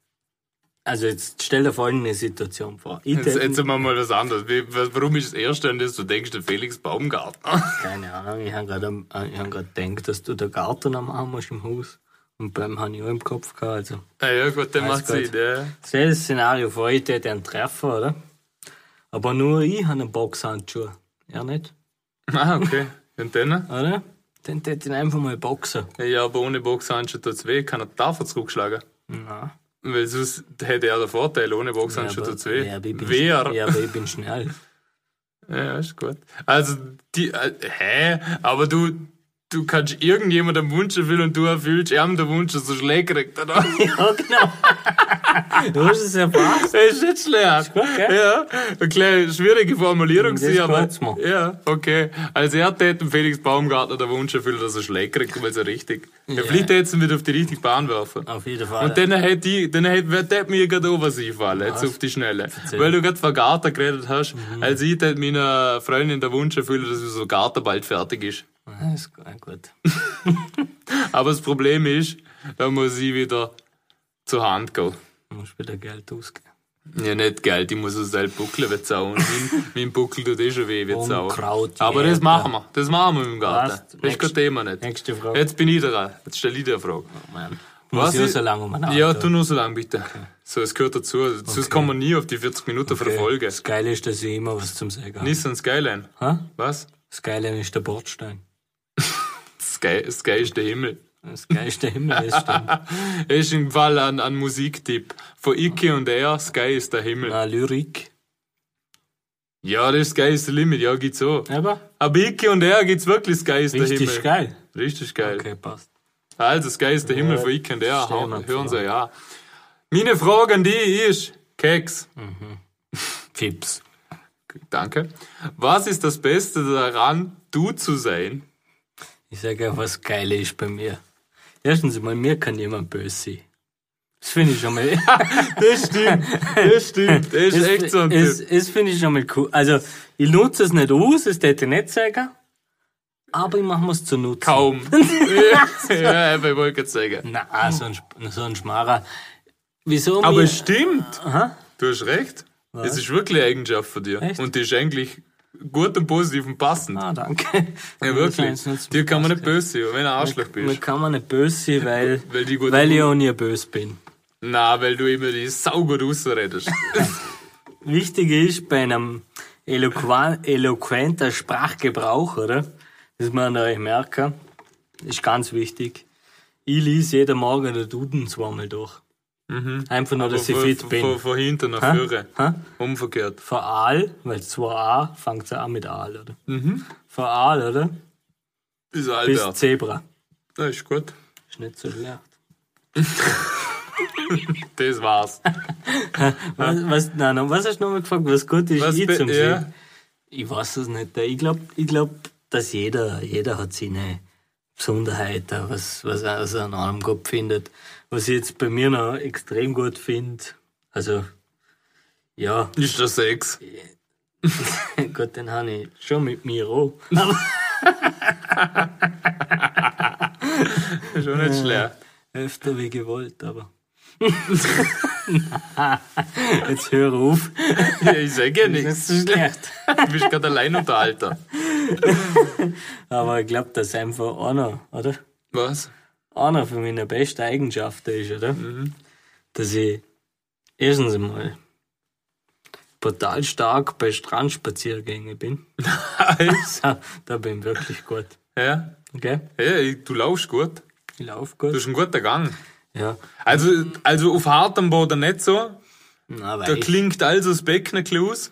[SPEAKER 2] also jetzt stell dir folgende Situation vor. Ich
[SPEAKER 3] Jetzt,
[SPEAKER 2] tät-
[SPEAKER 3] jetzt haben wir mal was anderes. Wie, was- warum ist das Erste, an das du denkst, der Felix Baumgartner?
[SPEAKER 2] keine Ahnung, ich habe gerade gedacht, dass du den Garten am Arm hast im Haus. Und beim habe ich auch im Kopf gehabt. Also,
[SPEAKER 3] (laughs) ah, ja, gut, der macht
[SPEAKER 2] Alles gut.
[SPEAKER 3] Sinn, ja.
[SPEAKER 2] stell dir das Szenario vor, ich hätte einen Treffer, oder? Aber nur ich habe einen Boxhandschuh. Er nicht,
[SPEAKER 3] Ah, okay. Und dann?
[SPEAKER 2] oder? Dann tät ich ihn einfach mal boxen.
[SPEAKER 3] Ja, aber ohne Boxhandschuh tut's weh, kann er davon zurückschlagen.
[SPEAKER 2] Nein.
[SPEAKER 3] Weil sonst hätte er den Vorteil, ohne Boxhandschuh
[SPEAKER 2] aber-
[SPEAKER 3] tut's weh.
[SPEAKER 2] ja, aber ich bin,
[SPEAKER 3] Wer?
[SPEAKER 2] Ja, aber ich bin schnell. (laughs)
[SPEAKER 3] Ja, ist gut. Also, die, äh, hä? Aber du, du kannst irgendjemandem Wunsch erfüllen und du erfüllst ihm den Wunsch, dass er schlecht kriegt, oder?
[SPEAKER 2] Ja, genau. (laughs) Du hast es ja gebracht.
[SPEAKER 3] das ist nicht schlecht.
[SPEAKER 2] gut, gell?
[SPEAKER 3] Ja, eine kleine schwierige Formulierung,
[SPEAKER 2] Das
[SPEAKER 3] gewesen, aber.
[SPEAKER 2] gefällt's mir.
[SPEAKER 3] Ja, okay. Also, er täte dem Felix Baumgartner den Wunsch erfüllen, dass er schlecht kriegt, weil er richtig. Ja. Vielleicht hätte sie ihn wieder auf die richtige Bahn werfen.
[SPEAKER 2] Auf jeden Fall.
[SPEAKER 3] Und dann hätte ich, dann hätte, wer hätte mir gerade oben einfallen, jetzt auf die Schnelle. Weil du gerade von Garten geredet hast.
[SPEAKER 2] Mhm.
[SPEAKER 3] Also ich hätte meiner Freundin den Wunsch erfüllt, dass unser Garten bald fertig ist.
[SPEAKER 2] Ah, ist gu- ah, gut.
[SPEAKER 3] Aber das Problem ist, da muss ich wieder zur Hand gehen.
[SPEAKER 2] Du musst wieder Geld ausgeben.
[SPEAKER 3] Ja, nicht Geld, ich muss aus selber Buckeln
[SPEAKER 2] (laughs)
[SPEAKER 3] wezauen. Mein, mein Buckel tut eh schon weh wezauen.
[SPEAKER 2] Unkraut
[SPEAKER 3] Aber das
[SPEAKER 2] jäten.
[SPEAKER 3] machen wir, das machen wir im Garten.
[SPEAKER 2] Passt.
[SPEAKER 3] Das ist kein
[SPEAKER 2] Nächst-
[SPEAKER 3] Thema nicht.
[SPEAKER 2] nächste Frage.
[SPEAKER 3] Jetzt bin ich dran, jetzt stelle ich dir eine Frage.
[SPEAKER 2] Man.
[SPEAKER 3] Was
[SPEAKER 2] Muss Oh, ich
[SPEAKER 3] ist-
[SPEAKER 2] so lange um einen
[SPEAKER 3] Ja, tu nur so lang bitte. So, es gehört dazu. Sonst kann man nie auf die 40 Minuten verfolgen.
[SPEAKER 2] Das Geile ist, dass ich immer was zum Sagen habe.
[SPEAKER 3] Nissan Skyline.
[SPEAKER 2] Hä?
[SPEAKER 3] Was?
[SPEAKER 2] Das Geile ist der Bordstein.
[SPEAKER 3] Sky, Sky ist der Himmel.
[SPEAKER 2] Das Geile ist der Himmel, das
[SPEAKER 3] (laughs)
[SPEAKER 2] stimmt.
[SPEAKER 3] Es ist im Fall ein, ein Musiktipp. Von Iki und er, Sky ist der Himmel.
[SPEAKER 2] Na, Lyrik.
[SPEAKER 3] Ja, das ist Sky is the Limit, ja, gibt's auch.
[SPEAKER 2] Aber
[SPEAKER 3] Aber Iki und er gibt's wirklich Sky ist der Himmel.
[SPEAKER 2] richtig geil.
[SPEAKER 3] Richtig geil.
[SPEAKER 2] Okay, passt.
[SPEAKER 3] Also, Sky ist der Himmel von Iki und er,
[SPEAKER 2] stell mir
[SPEAKER 3] hau-
[SPEAKER 2] die
[SPEAKER 3] hören Sie
[SPEAKER 2] Frage.
[SPEAKER 3] ja. Meine Frage an dich ist, Keks,
[SPEAKER 2] Fips.
[SPEAKER 3] danke. Was ist das Beste daran, du zu sein?
[SPEAKER 2] Ich sage auch, was geil ist bei mir. Erstens mal, mir kann niemand böse sein. Das finde ich schon
[SPEAKER 3] (laughs)
[SPEAKER 2] mal.
[SPEAKER 3] Das stimmt, das stimmt. (laughs) Das ist
[SPEAKER 2] Das-
[SPEAKER 3] echt so ein
[SPEAKER 2] Das,
[SPEAKER 3] Tipp.
[SPEAKER 2] das finde ich schon mal cool. Also, ich nutze es nicht aus, das hätte ich nicht sagen. Aber ich mache es zu nutzen.
[SPEAKER 3] Kaum. (laughs) ja, eben, ich wollte gerade sagen.
[SPEAKER 2] Na, so ein, Sp- so ein Schmarrer. Wieso?
[SPEAKER 3] Aber
[SPEAKER 2] mir-
[SPEAKER 3] es stimmt. Du hast recht. Es ist wirklich eine Eigenschaft von dir.
[SPEAKER 2] Echt?
[SPEAKER 3] Und die ist eigentlich gut und positiv und passend.
[SPEAKER 2] Ah, danke.
[SPEAKER 3] ja, wirklich. Dir kann man nicht böse sein, wenn du ein Arschloch
[SPEAKER 2] Man
[SPEAKER 3] bist.
[SPEAKER 2] kann man nicht böse sein, weil,
[SPEAKER 3] (laughs) Weil die gut-
[SPEAKER 2] weil ich auch nie böse bin.
[SPEAKER 3] Nein, weil du immer die saugut (laughs) rausredest.
[SPEAKER 2] Wichtig ist bei einem eloquen, eloquenter Sprachgebrauch, oder? Das man euch merken. Ist ganz wichtig. Ich lese jeden Morgen den Duden zweimal durch.
[SPEAKER 3] Mhm.
[SPEAKER 2] Einfach nur, dass ich
[SPEAKER 3] Von-
[SPEAKER 2] fit
[SPEAKER 3] von-
[SPEAKER 2] bin.
[SPEAKER 3] Von, von hinten nach
[SPEAKER 2] Hä?
[SPEAKER 3] vorne.
[SPEAKER 2] Hä?
[SPEAKER 3] Umverkehrt.
[SPEAKER 2] Vor Aal, weil 2a fängt ja an mit Aal, oder?
[SPEAKER 3] Mhm.
[SPEAKER 2] Vor Aal, oder?
[SPEAKER 3] Bis
[SPEAKER 2] Bis
[SPEAKER 3] Albert.
[SPEAKER 2] Zebra.
[SPEAKER 3] Das ist gut.
[SPEAKER 2] Ist nicht so schlecht.
[SPEAKER 3] Das war's.
[SPEAKER 2] Was, was, nein, nein, was hast du nochmal gefragt, was gut ist,
[SPEAKER 3] Was
[SPEAKER 2] ich
[SPEAKER 3] be-
[SPEAKER 2] zum
[SPEAKER 3] ja.
[SPEAKER 2] Sehen? Ich weiß es nicht. Ich glaube, ich glaub, dass jeder, jeder hat seine Besonderheit, da, was, was er also an allem gut findet. Was ich jetzt bei mir noch extrem gut finde, also, ja, (laughs)
[SPEAKER 3] Ist der Sex.
[SPEAKER 2] Gott, den habe ich schon mit mir auch.
[SPEAKER 3] Ist auch nicht schlecht.
[SPEAKER 2] Öfter wie gewollt, aber. (laughs) jetzt hör auf,
[SPEAKER 3] Ich sag ja
[SPEAKER 2] das (laughs)
[SPEAKER 3] nichts.
[SPEAKER 2] ist so schlecht.
[SPEAKER 3] Du bist gerade allein unter Alter.
[SPEAKER 2] Aber ich glaube, das ist einfach einer, oder?
[SPEAKER 3] Was?
[SPEAKER 2] einer von meiner besten Eigenschaften ist, oder? Dass ich erstens einmal brutal stark bei Strandspaziergängen bin. da, da bin ich wirklich gut.
[SPEAKER 3] Ja?
[SPEAKER 2] Okay?
[SPEAKER 3] Ja, ich- du laufst gut.
[SPEAKER 2] Ich laufe
[SPEAKER 3] Du
[SPEAKER 2] gut.
[SPEAKER 3] hast einen guten Gang.
[SPEAKER 2] Ja.
[SPEAKER 3] Also, also auf hartem Boden nicht so.
[SPEAKER 2] Na,
[SPEAKER 3] Da
[SPEAKER 2] weil ich,
[SPEAKER 3] klingt also das Becken ein bisschen aus.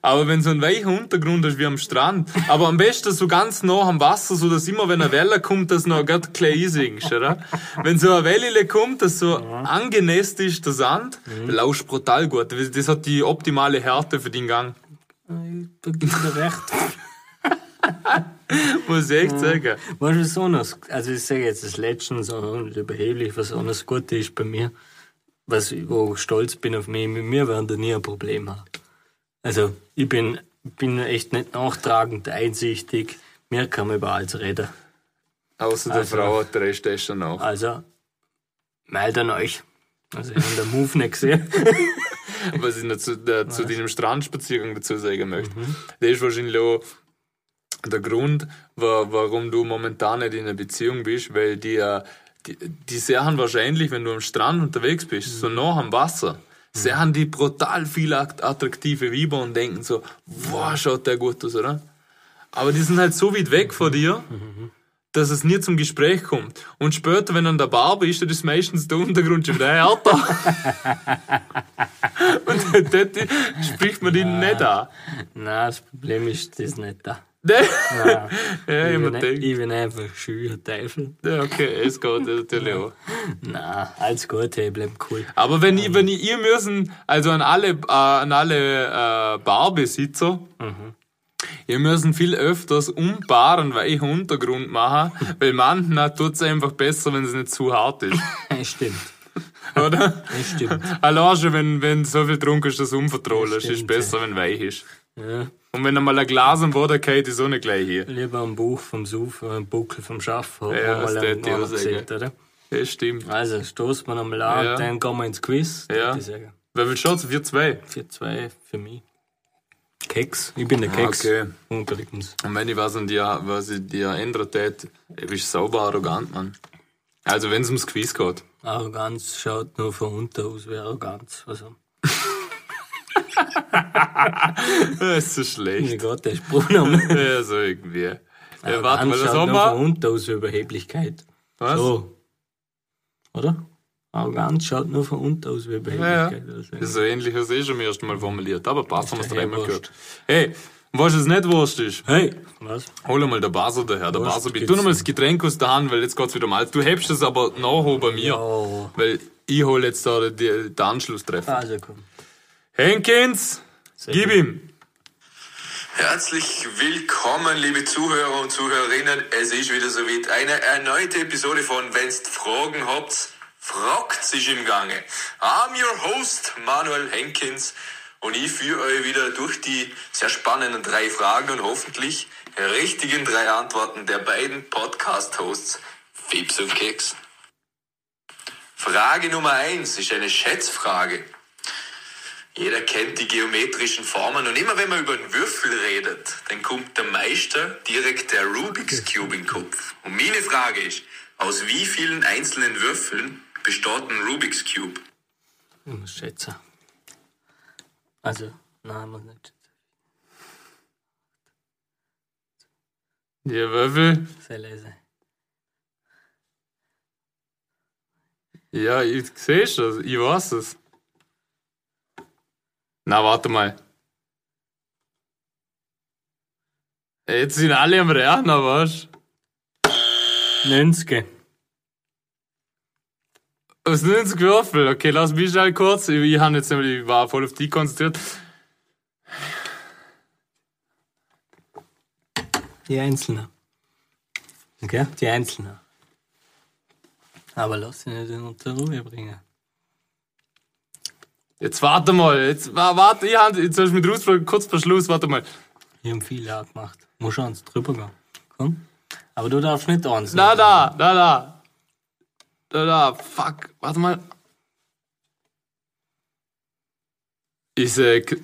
[SPEAKER 3] Aber wenn so ein weicher Untergrund ist wie am Strand, aber am besten so ganz nah am Wasser, so dass immer wenn eine Welle kommt, dass noch gerade klein einsinkst, oder? Wenn so eine Welle kommt, dass so angenässt ist der Sand, dann laufst du brutal gut. Das hat die optimale Härte für den Gang.
[SPEAKER 2] da gibt es recht.
[SPEAKER 3] Muss ich echt sagen.
[SPEAKER 2] Weißt du, was anderes, also ich sage jetzt das Letzte, sondern überheblich, was anderes Gute ist bei mir, was, wo ich stolz bin auf mich, mit mir werden da nie ein Problem haben. Also ich bin, bin echt nicht nachtragend, einsichtig, mir kann man über alles reden.
[SPEAKER 3] Außer der Frau hat der Rest ist schon auch.
[SPEAKER 2] Also, meilt an euch. Also ich habe den Move nicht
[SPEAKER 3] (laughs)
[SPEAKER 2] gesehen.
[SPEAKER 3] was ich noch zu, da, zu deinem Strandspaziergang dazu sagen möchte. Das ist wahrscheinlich auch der Grund, wa- warum du momentan nicht in einer Beziehung bist, weil die, äh, die, die sehen wahrscheinlich, wenn du am Strand unterwegs bist, so nah am Wasser, sehen die brutal viele att- attraktive Weiber und denken so, wow, schaut der gut aus, oder? Aber die sind halt so weit weg von dir, dass es nie zum Gespräch kommt. Und später, wenn du an der Bar bist, dann ist meistens der Untergrund schon wieder härter. Und dort spricht man die nicht an.
[SPEAKER 2] Nein, das Problem ist, das ist nicht da.
[SPEAKER 3] Ne?
[SPEAKER 2] Nein,
[SPEAKER 3] (laughs) Ja,
[SPEAKER 2] ich,
[SPEAKER 3] immer
[SPEAKER 2] bin, ein-
[SPEAKER 3] denkt.
[SPEAKER 2] ich bin einfach ein schüler Teufel.
[SPEAKER 3] Ja, okay, es geht natürlich auch.
[SPEAKER 2] Nein, alles gut, hey, bleib cool.
[SPEAKER 3] (laughs) Aber wenn, ich- wenn ich, ihr müssen, also an alle, äh, an alle äh, Barbesitzer, ihr müssen viel öfters umbaren, weichen Untergrund machen, weil manchen tut es einfach besser, wenn es nicht zu hart ist,
[SPEAKER 2] Stimmt,
[SPEAKER 3] oder?
[SPEAKER 2] stimmt.
[SPEAKER 3] Allein schon, wenn, wenn so viel trunken ist, dass du umvertrollen ist, ist
[SPEAKER 2] Stimmt,
[SPEAKER 3] besser, wenn weich ist.
[SPEAKER 2] Ja.
[SPEAKER 3] Und wenn einmal ein Glas am Boden geht, ist auch nicht gleich hier.
[SPEAKER 2] Lieber ein Buch vom Sufen, ein äh, Buckel vom Schaffen, hat
[SPEAKER 3] Ja,
[SPEAKER 2] man
[SPEAKER 3] das
[SPEAKER 2] mal
[SPEAKER 3] tät ich
[SPEAKER 2] einen
[SPEAKER 3] auch sagen.
[SPEAKER 2] gesehen, oder?
[SPEAKER 3] Das stimmt.
[SPEAKER 2] Also, stoßen wir nochmal an,
[SPEAKER 3] Ja.
[SPEAKER 2] dann gehen wir ins Quiz.
[SPEAKER 3] Ja.
[SPEAKER 2] Würde ich sagen.
[SPEAKER 3] Wer will schauen? Wir zwei.
[SPEAKER 2] 4-2 für mich. Keks. Ich bin der Keks.
[SPEAKER 3] Ah, okay.
[SPEAKER 2] Unterliegt uns.
[SPEAKER 3] Und wenn ich was an dir, was ich dir ändert hätte, du bist sauber arrogant, Mann. Also, wenn es ums Quiz geht. (laughs)
[SPEAKER 2] Arroganz schaut nur von unten aus wie Arroganz. Also,
[SPEAKER 3] Das ist
[SPEAKER 2] (laughs)
[SPEAKER 3] so schlecht.
[SPEAKER 2] mir geht der Spruch nochmal.
[SPEAKER 3] Ja, so irgendwie. (laughs) Ja, warte mal,
[SPEAKER 2] Arroganz
[SPEAKER 3] das
[SPEAKER 2] schaut
[SPEAKER 3] haben
[SPEAKER 2] nur von
[SPEAKER 3] wir.
[SPEAKER 2] unten aus wie Überheblichkeit.
[SPEAKER 3] Was?
[SPEAKER 2] So. Oder? Arroganz schaut nur von unten aus wie Überheblichkeit. Also, oder so.
[SPEAKER 3] Das ist so ähnlich, was ich schon beim ersten Mal formuliert aber passt, haben wir es
[SPEAKER 2] daher
[SPEAKER 3] dreimal
[SPEAKER 2] Wurst.
[SPEAKER 3] gehört. Hey, und was es nicht wurscht ist,
[SPEAKER 2] Hey! Was?
[SPEAKER 3] hol einmal den Basel daher, der
[SPEAKER 2] Wurst
[SPEAKER 3] Basel, bitte.
[SPEAKER 2] gibt's
[SPEAKER 3] Tu nochmal das Getränk aus der Hand, weil jetzt geht's wieder mal. Du hebst es aber nachher bei mir,
[SPEAKER 2] Ja.
[SPEAKER 3] weil ich hol jetzt da die- den Anschlusstreffer.
[SPEAKER 2] Also komm.
[SPEAKER 3] Henkins, gib ihm!
[SPEAKER 5] Herzlich willkommen, liebe Zuhörer und Zuhörerinnen. Es ist wieder soweit. Eine erneute Episode von Wenn's Fragen habt, fragt sich im Gange. I'm your host, Manuel Henkins. Und ich führe euch wieder durch die sehr spannenden drei Fragen und hoffentlich richtigen drei Antworten der beiden Podcast-Hosts Fips und Keks. Frage Nummer eins ist eine Schätzfrage. Jeder kennt die geometrischen Formen und immer wenn man über einen Würfel redet, dann kommt der Meister direkt der Rubik's Cube in den Kopf. Und meine Frage ist, aus wie vielen einzelnen Würfeln besteht ein Rubik's Cube?
[SPEAKER 2] Ich muss schätzen. Also, nein, muss nicht schätzen.
[SPEAKER 3] Ja, Würfel.
[SPEAKER 2] Sehr leise.
[SPEAKER 3] Ja, ich seh's schon, ich weiß es. Na, warte mal. Jetzt sind alle am Rechner, was?
[SPEAKER 2] 90.
[SPEAKER 3] Was sind jetzt Würfel? Okay, lass mich schnell kurz. Ich, ich, hab jetzt, nämlich- ich war voll auf die konzentriert.
[SPEAKER 2] Die Einzelnen. Okay? Die Einzelnen. Aber lass sie nicht unter Ruhe bringen.
[SPEAKER 3] Jetzt warte mal. Jetzt wa- warte, ich hab, jetzt hast du mich rausgefragt, kurz vor Schluss, warte mal.
[SPEAKER 2] Ich hab viel auch gemacht. Muss schon ans drüber gehen. Komm. Aber du darfst nicht eins.
[SPEAKER 3] Na
[SPEAKER 2] nehmen.
[SPEAKER 3] da, na da. Na da, fuck. Warte mal. Ich sag. äh,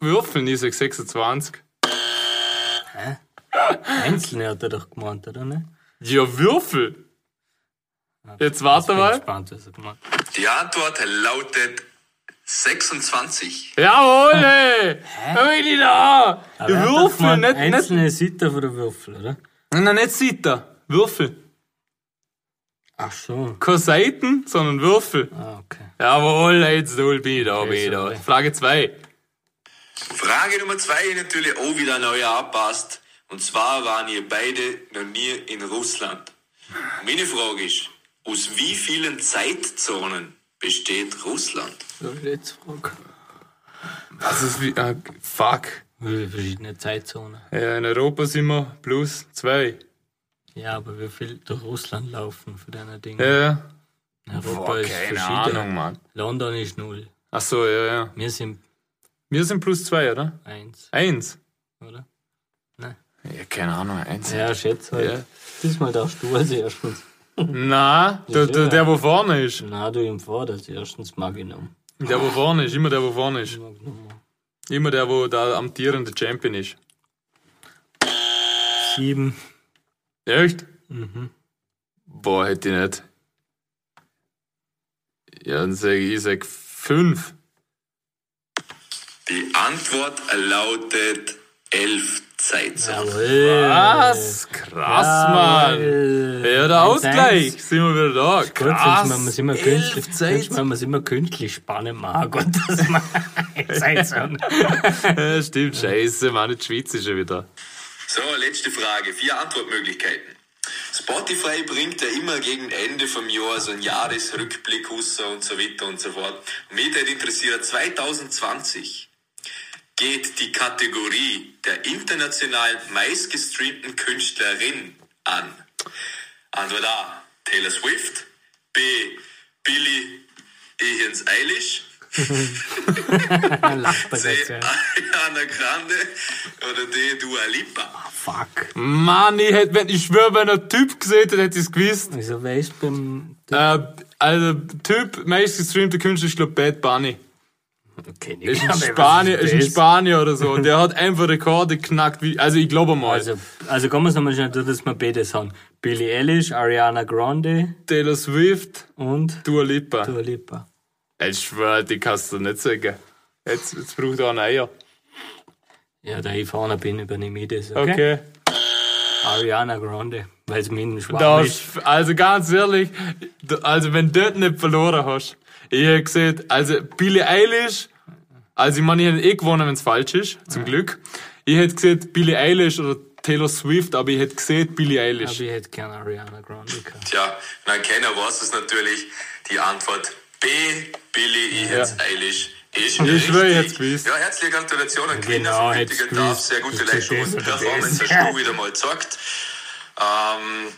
[SPEAKER 3] Würfeln, ich sag 26.
[SPEAKER 2] Einzelne hat er doch gemeint, oder ne?
[SPEAKER 3] Ja, Würfel! Jetzt warte
[SPEAKER 2] Ich bin
[SPEAKER 3] mal.
[SPEAKER 2] gespannt, was er gemeint hat.
[SPEAKER 5] Die Antwort lautet 26.
[SPEAKER 3] Jawohl, ey! Hör mich nicht an!
[SPEAKER 2] Aber er hat doch
[SPEAKER 3] Würfel,
[SPEAKER 2] gemeint,
[SPEAKER 3] nicht, nicht,
[SPEAKER 2] Einzelne Seiten von der Würfel, oder?
[SPEAKER 3] Nein, nicht Seiten. Würfel.
[SPEAKER 2] Ach so.
[SPEAKER 3] Keine Seiten, sondern Würfel.
[SPEAKER 2] Ah, okay.
[SPEAKER 3] Jawohl, jetzt null bin ich da, bin ich da.
[SPEAKER 2] sorry.
[SPEAKER 3] Frage 2.
[SPEAKER 5] Frage Nummer zwei natürlich auch wieder neu abpasst. Und zwar waren ihr beide noch nie in Russland. Meine Frage ist, aus wie vielen Zeitzonen besteht Russland?
[SPEAKER 2] Letzte Frage.
[SPEAKER 3] Das ist wie. ah, fuck.
[SPEAKER 2] Wie viele verschiedene Zeitzonen?
[SPEAKER 3] Ja, in Europa sind wir plus 2.
[SPEAKER 2] Ja, aber wie viel durch Russland laufen für deine Dinge?
[SPEAKER 3] Ja.
[SPEAKER 2] Europa
[SPEAKER 3] Äh, Boah,
[SPEAKER 2] ist
[SPEAKER 3] keine
[SPEAKER 2] verschieden.
[SPEAKER 3] Ahnung, Mann.
[SPEAKER 2] London ist null.
[SPEAKER 3] Ach so, ja, ja.
[SPEAKER 2] Wir sind
[SPEAKER 3] Wir sind plus 2, oder?
[SPEAKER 2] eins,
[SPEAKER 3] 1.
[SPEAKER 2] oder?
[SPEAKER 3] Ja, keine Ahnung, 1. Ja.
[SPEAKER 2] Ja, schätze halt.
[SPEAKER 3] Ja.
[SPEAKER 2] Diesmal darfst du als erstens.
[SPEAKER 3] Na, der, der, der, wo vorne ist.
[SPEAKER 2] Na, du im Vor, als erstens mag ich noch.
[SPEAKER 3] Der, wo vorne ist. Immer der, wo vorne ist.
[SPEAKER 2] Mag ich noch mal.
[SPEAKER 3] Immer der, wo der amtierende Champion ist.
[SPEAKER 2] Sieben.
[SPEAKER 3] Echt?
[SPEAKER 2] Mhm.
[SPEAKER 3] Boah, hätte ich nicht. Ja, dann sage ich, ich sag 5.
[SPEAKER 5] Die Antwort lautet elf Zeitzonen.
[SPEAKER 2] Jawohl.
[SPEAKER 3] Was? Krass, Mann. Ja, der Ausgleich. Sind wir wieder da.
[SPEAKER 2] Gut, sonst machen wir
[SPEAKER 3] Krass.
[SPEAKER 2] es immer künstlich. Sonst
[SPEAKER 3] Zeit.
[SPEAKER 2] machen wir es immer künstlich spannend mag und
[SPEAKER 3] (laughs)
[SPEAKER 2] das man Zeitzonen.
[SPEAKER 3] Ja, stimmt, scheiße, Mann, die Schweiz ist schon wieder.
[SPEAKER 5] So, letzte Frage. Vier Antwortmöglichkeiten. Spotify bringt ja immer gegen Ende vom Jahr so einen Jahresrückblick raus und so weiter und so fort. Mich hätte interessiert, 2020 geht die Kategorie der international meistgestreamten Künstlerin an. Antwort A. Taylor Swift. B. Billie Ehens Eilish.
[SPEAKER 2] (laughs) Lacht er
[SPEAKER 5] Die
[SPEAKER 2] jetzt, ja.
[SPEAKER 5] Ariana Grande oder die Dua Lipa.
[SPEAKER 2] Fuck.
[SPEAKER 3] Mann, ich hätte, wenn, ich schwöre, wenn ein Typ gesehen hätte, hätte ich es gewusst.
[SPEAKER 2] Wieso weiß beim.
[SPEAKER 3] Äh, also, Typ, meistgestreamter Künstler ist, glaub, Bad Bunny.
[SPEAKER 2] Okay,
[SPEAKER 3] Ist in Spanien, ist in Spanien oder so. Und der hat einfach Rekorde knackt, wie, also ich glaube mal.
[SPEAKER 2] Also, also kommen wir es nochmal schnell durch, dass wir beide haben. Billie Eilish, Ariana Grande
[SPEAKER 3] Taylor Swift,
[SPEAKER 2] und
[SPEAKER 3] Dua Lipa.
[SPEAKER 2] Dua Lipa.
[SPEAKER 3] Ich schwöre, die kannst du nicht sagen. Jetzt, jetzt braucht er einen Eier.
[SPEAKER 2] Ja, da ich vorne bin, übernehme ich das. Okay.
[SPEAKER 3] Okay.
[SPEAKER 2] Ariana Grande, weil es mir nicht
[SPEAKER 3] Da
[SPEAKER 2] schwarz ist.
[SPEAKER 3] hast, also ganz ehrlich, da- also wenn du dort nicht verloren hast, ich hätte gesagt, also Billie Eilish, also ich meine, ich hätte eh gewonnen, wenn es falsch ist, zum Glück. Ich hätte gesagt Billie Eilish oder Taylor Swift, aber ich hätte gesagt Billie
[SPEAKER 2] Aber
[SPEAKER 3] Eilish.
[SPEAKER 2] ich hätte gerne Ariana Grande gehabt.
[SPEAKER 5] Tja, na Kenner weiß es natürlich. Die Antwort B, Billy, ich jetzt eilig. Ich
[SPEAKER 3] Ich schwöre, ich hätt's gewusst.
[SPEAKER 5] Ja, herzliche Gratulation an
[SPEAKER 2] Genau,
[SPEAKER 5] Kinder für
[SPEAKER 2] hätt's
[SPEAKER 5] den
[SPEAKER 2] gewusst.
[SPEAKER 5] Darf. Sehr gute Leistung und Performance, hast du wieder mal gezeigt. Ähm,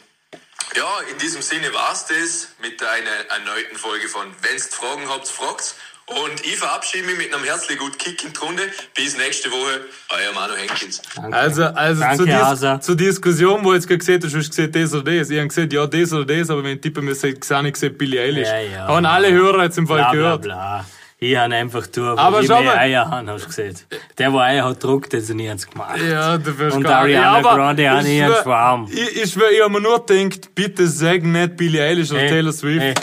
[SPEAKER 5] ja, in diesem Sinne war's das mit einer erneuten Folge von Wenn's Fragen habt, fragt's. Und ich verabschiede mich mit einem herzlich gut Kick in die Runde. Bis nächste Woche, euer Manu Henkins.
[SPEAKER 3] Also, also
[SPEAKER 2] Danke,
[SPEAKER 3] zur,
[SPEAKER 2] Hauser.
[SPEAKER 3] Dis zur Diskussion, wo ich jetzt gerade gesehen hast, hast du gesehen das oder das. Ich habe gesagt, ja, das oder das, aber wenn ich tippen müsste, hätte ich gesagt, ich gesagt Billie Eilish.
[SPEAKER 2] Ja, ja.
[SPEAKER 3] Haben alle Hörer jetzt im Fall
[SPEAKER 2] Bla, bla,
[SPEAKER 3] gehört.
[SPEAKER 2] bla. Ich habe einfach durch,
[SPEAKER 3] Aber
[SPEAKER 2] weil ich
[SPEAKER 3] schau
[SPEAKER 2] mehr
[SPEAKER 3] mal.
[SPEAKER 2] Eier habe, hast du gesehen. Der, der Eier hat, druckt, das und ich hab's gemacht.
[SPEAKER 3] Ja, du wirst
[SPEAKER 2] Und
[SPEAKER 3] gar-
[SPEAKER 2] Ariana
[SPEAKER 3] ja, aber
[SPEAKER 2] Grande auch
[SPEAKER 3] ich
[SPEAKER 2] nicht
[SPEAKER 3] schwör-
[SPEAKER 2] ins Warm.
[SPEAKER 3] Ich, ich schwör, ich hab mir nur gedacht, bitte sag nicht Billie Eilish oder
[SPEAKER 2] Hey,
[SPEAKER 3] Taylor Swift.
[SPEAKER 2] hey.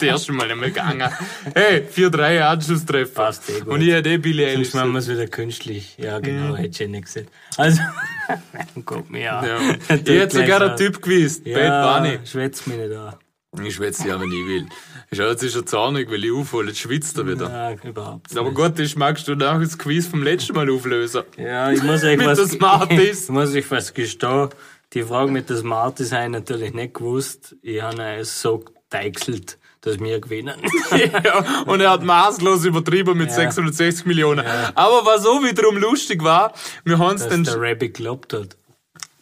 [SPEAKER 3] Der ist schon mal nicht mehr gegangen. Hey, 4-3 Anschlusstreffer.
[SPEAKER 2] Passt eh gut.
[SPEAKER 3] Und ich hätte eh Billie Eilish.
[SPEAKER 2] Sonst machen wir es wieder künstlich. Ja, genau, hätte ich nicht gesagt. Also, (laughs) guck mir an.
[SPEAKER 3] Ja.
[SPEAKER 2] (laughs) Tut
[SPEAKER 3] Ich
[SPEAKER 2] gleich
[SPEAKER 3] hätte sogar
[SPEAKER 2] so.
[SPEAKER 3] einen Typ gewusst.
[SPEAKER 2] Ja,
[SPEAKER 3] Bad Bunny.
[SPEAKER 2] schwätz mich nicht an.
[SPEAKER 3] Ich schwätze ja, wenn ich will. Schau, jetzt ist er zornig, weil ich aufhole. Jetzt schwitzt er wieder.
[SPEAKER 2] Nein, überhaupt
[SPEAKER 3] Aber
[SPEAKER 2] nicht.
[SPEAKER 3] gut, ich magst du nachher das Quiz vom letzten Mal
[SPEAKER 2] (laughs)
[SPEAKER 3] auflösen.
[SPEAKER 2] Ja, ich muss euch
[SPEAKER 3] Mit
[SPEAKER 2] was,
[SPEAKER 3] der
[SPEAKER 2] (laughs)
[SPEAKER 3] Smarties.
[SPEAKER 2] ich muss euch was gestehen. Die Frage mit der Smarties habe ich natürlich nicht gewusst. Ich habe es so geteichselt, dass wir gewinnen. (laughs)
[SPEAKER 3] ja, und er hat maßlos übertrieben mit 660 Millionen. Aber was so wiederum lustig war, wir haben es
[SPEAKER 2] dass
[SPEAKER 3] dann.
[SPEAKER 2] der Rabbi gelobt hat.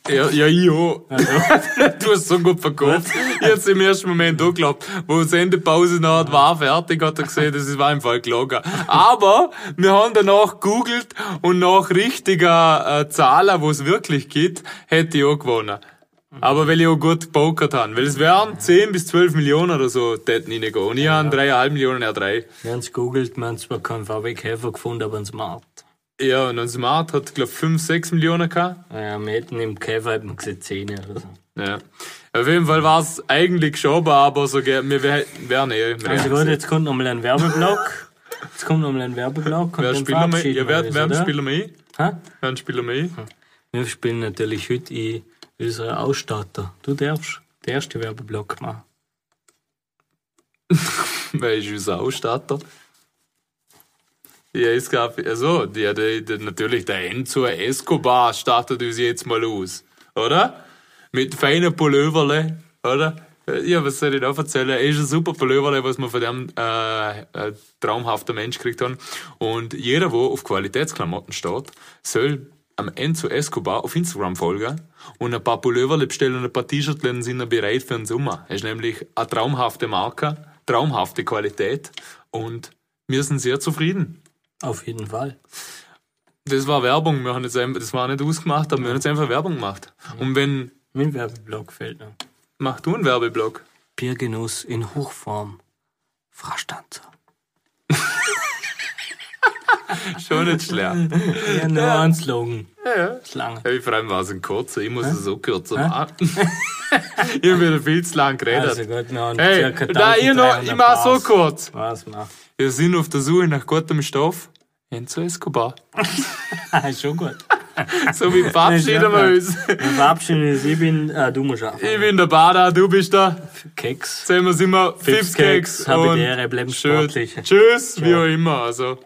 [SPEAKER 3] Ja, ja, jo. (laughs) du hast so gut verkauft. ich hab's im ersten Moment auch geglaubt. Wo es Endepause noch hat, war fertig, hat er gesehen, das war im Fall gelogen. Aber wir haben danach gegoogelt und nach richtiger äh, Zahlen, wo es wirklich gibt, hätte ich auch gewonnen. Aber weil ich auch gut gepokert habe. Weil es wären 10 bis 12 Millionen oder so, täten reingehen. Und ich habe 3,5 Millionen, er 3.
[SPEAKER 2] Wir haben es gegoogelt, wir haben zwar keinen VW-Käfer gefunden, aber einen Smart.
[SPEAKER 3] Ja, und ein Smart hat, glaub 5, 6 Millionen gehabt.
[SPEAKER 2] Ja, wir hätten im Käfer eben gesehen 10 oder so.
[SPEAKER 3] Ja. Auf jeden Fall war's eigentlich schon, aber so, ge- wir wär- wären eh. wir
[SPEAKER 2] Also
[SPEAKER 3] hätten
[SPEAKER 2] gut, jetzt kommt nochmal ein Werbeblock. Jetzt kommt nochmal ein Werbeblock. Und
[SPEAKER 3] Wer
[SPEAKER 2] dann
[SPEAKER 3] spielt noch mehr?
[SPEAKER 2] verabschieden
[SPEAKER 3] Ja, wer,
[SPEAKER 2] wir
[SPEAKER 3] wer
[SPEAKER 2] uns, oder?
[SPEAKER 3] spielt noch mehr?
[SPEAKER 2] Ha?
[SPEAKER 3] Wer spielt noch mehr?
[SPEAKER 2] Wir spielen natürlich heute in unseren Ausstatter. Du darfst den ersten Werbeblock machen.
[SPEAKER 3] (laughs) Wer ist unser Ausstatter? Ja, es gab, also, ja, der, der, natürlich, der Enzo Escobar startet uns jetzt mal aus, oder? Mit feinen Pulloverle, oder? Äh, Ja, was soll ich noch erzählen? Er ist ein super Pulloverle, was wir von dem äh, äh, traumhaften Mensch gekriegt haben. Und jeder, der auf Qualitätsklamotten steht, soll am Enzo Escobar auf Instagram folgen und ein paar Pulloverle bestellen und ein paar T-Shirtlen sind er bereit für den Sommer. Er ist nämlich eine traumhafte Marke, traumhafte Qualität und wir sind sehr zufrieden.
[SPEAKER 2] Auf jeden Fall.
[SPEAKER 3] Das war Werbung, wir haben jetzt einfach, das war nicht ausgemacht, aber wir haben jetzt einfach Werbung gemacht. Und wenn,
[SPEAKER 2] Mein Werbeblock fehlt noch.
[SPEAKER 3] mach du einen Werbeblock.
[SPEAKER 2] Biergenuss in Hochform. Frastanzer.
[SPEAKER 3] Schon nicht schlecht.
[SPEAKER 2] Ja, nur ein Slogan. Ja, ja. Schlange.
[SPEAKER 3] Ja, ich freue mich, war es ein kurzer, ich muss es so kürzer machen. (laughs) ich habe wieder viel zu lang geredet.
[SPEAKER 2] Also gut, noch ein
[SPEAKER 3] hey,
[SPEAKER 2] circa
[SPEAKER 3] nein, ich, noch,
[SPEAKER 2] 1300
[SPEAKER 3] ich mache so
[SPEAKER 2] Bars.
[SPEAKER 3] kurz.
[SPEAKER 2] Was mach?
[SPEAKER 3] Wir sind auf der Suche nach gutem Stoff. Enzo Escobar.
[SPEAKER 2] Ah, ist (laughs) schon gut.
[SPEAKER 3] So
[SPEAKER 2] (laughs)
[SPEAKER 3] wie verabschieden wir uns.
[SPEAKER 2] Wir verabschieden uns. Ich bin, ah, du musst auch.
[SPEAKER 3] Ich bin der Bader, du bist da.
[SPEAKER 2] Keks.
[SPEAKER 3] Sehen wir, sind wir.
[SPEAKER 2] Fipskeks,
[SPEAKER 3] Fipskeks
[SPEAKER 2] habe die
[SPEAKER 3] und
[SPEAKER 2] Ehre, bleiben
[SPEAKER 3] schön.
[SPEAKER 2] sportlich. (laughs)
[SPEAKER 3] Tschüss, wie auch immer. Also.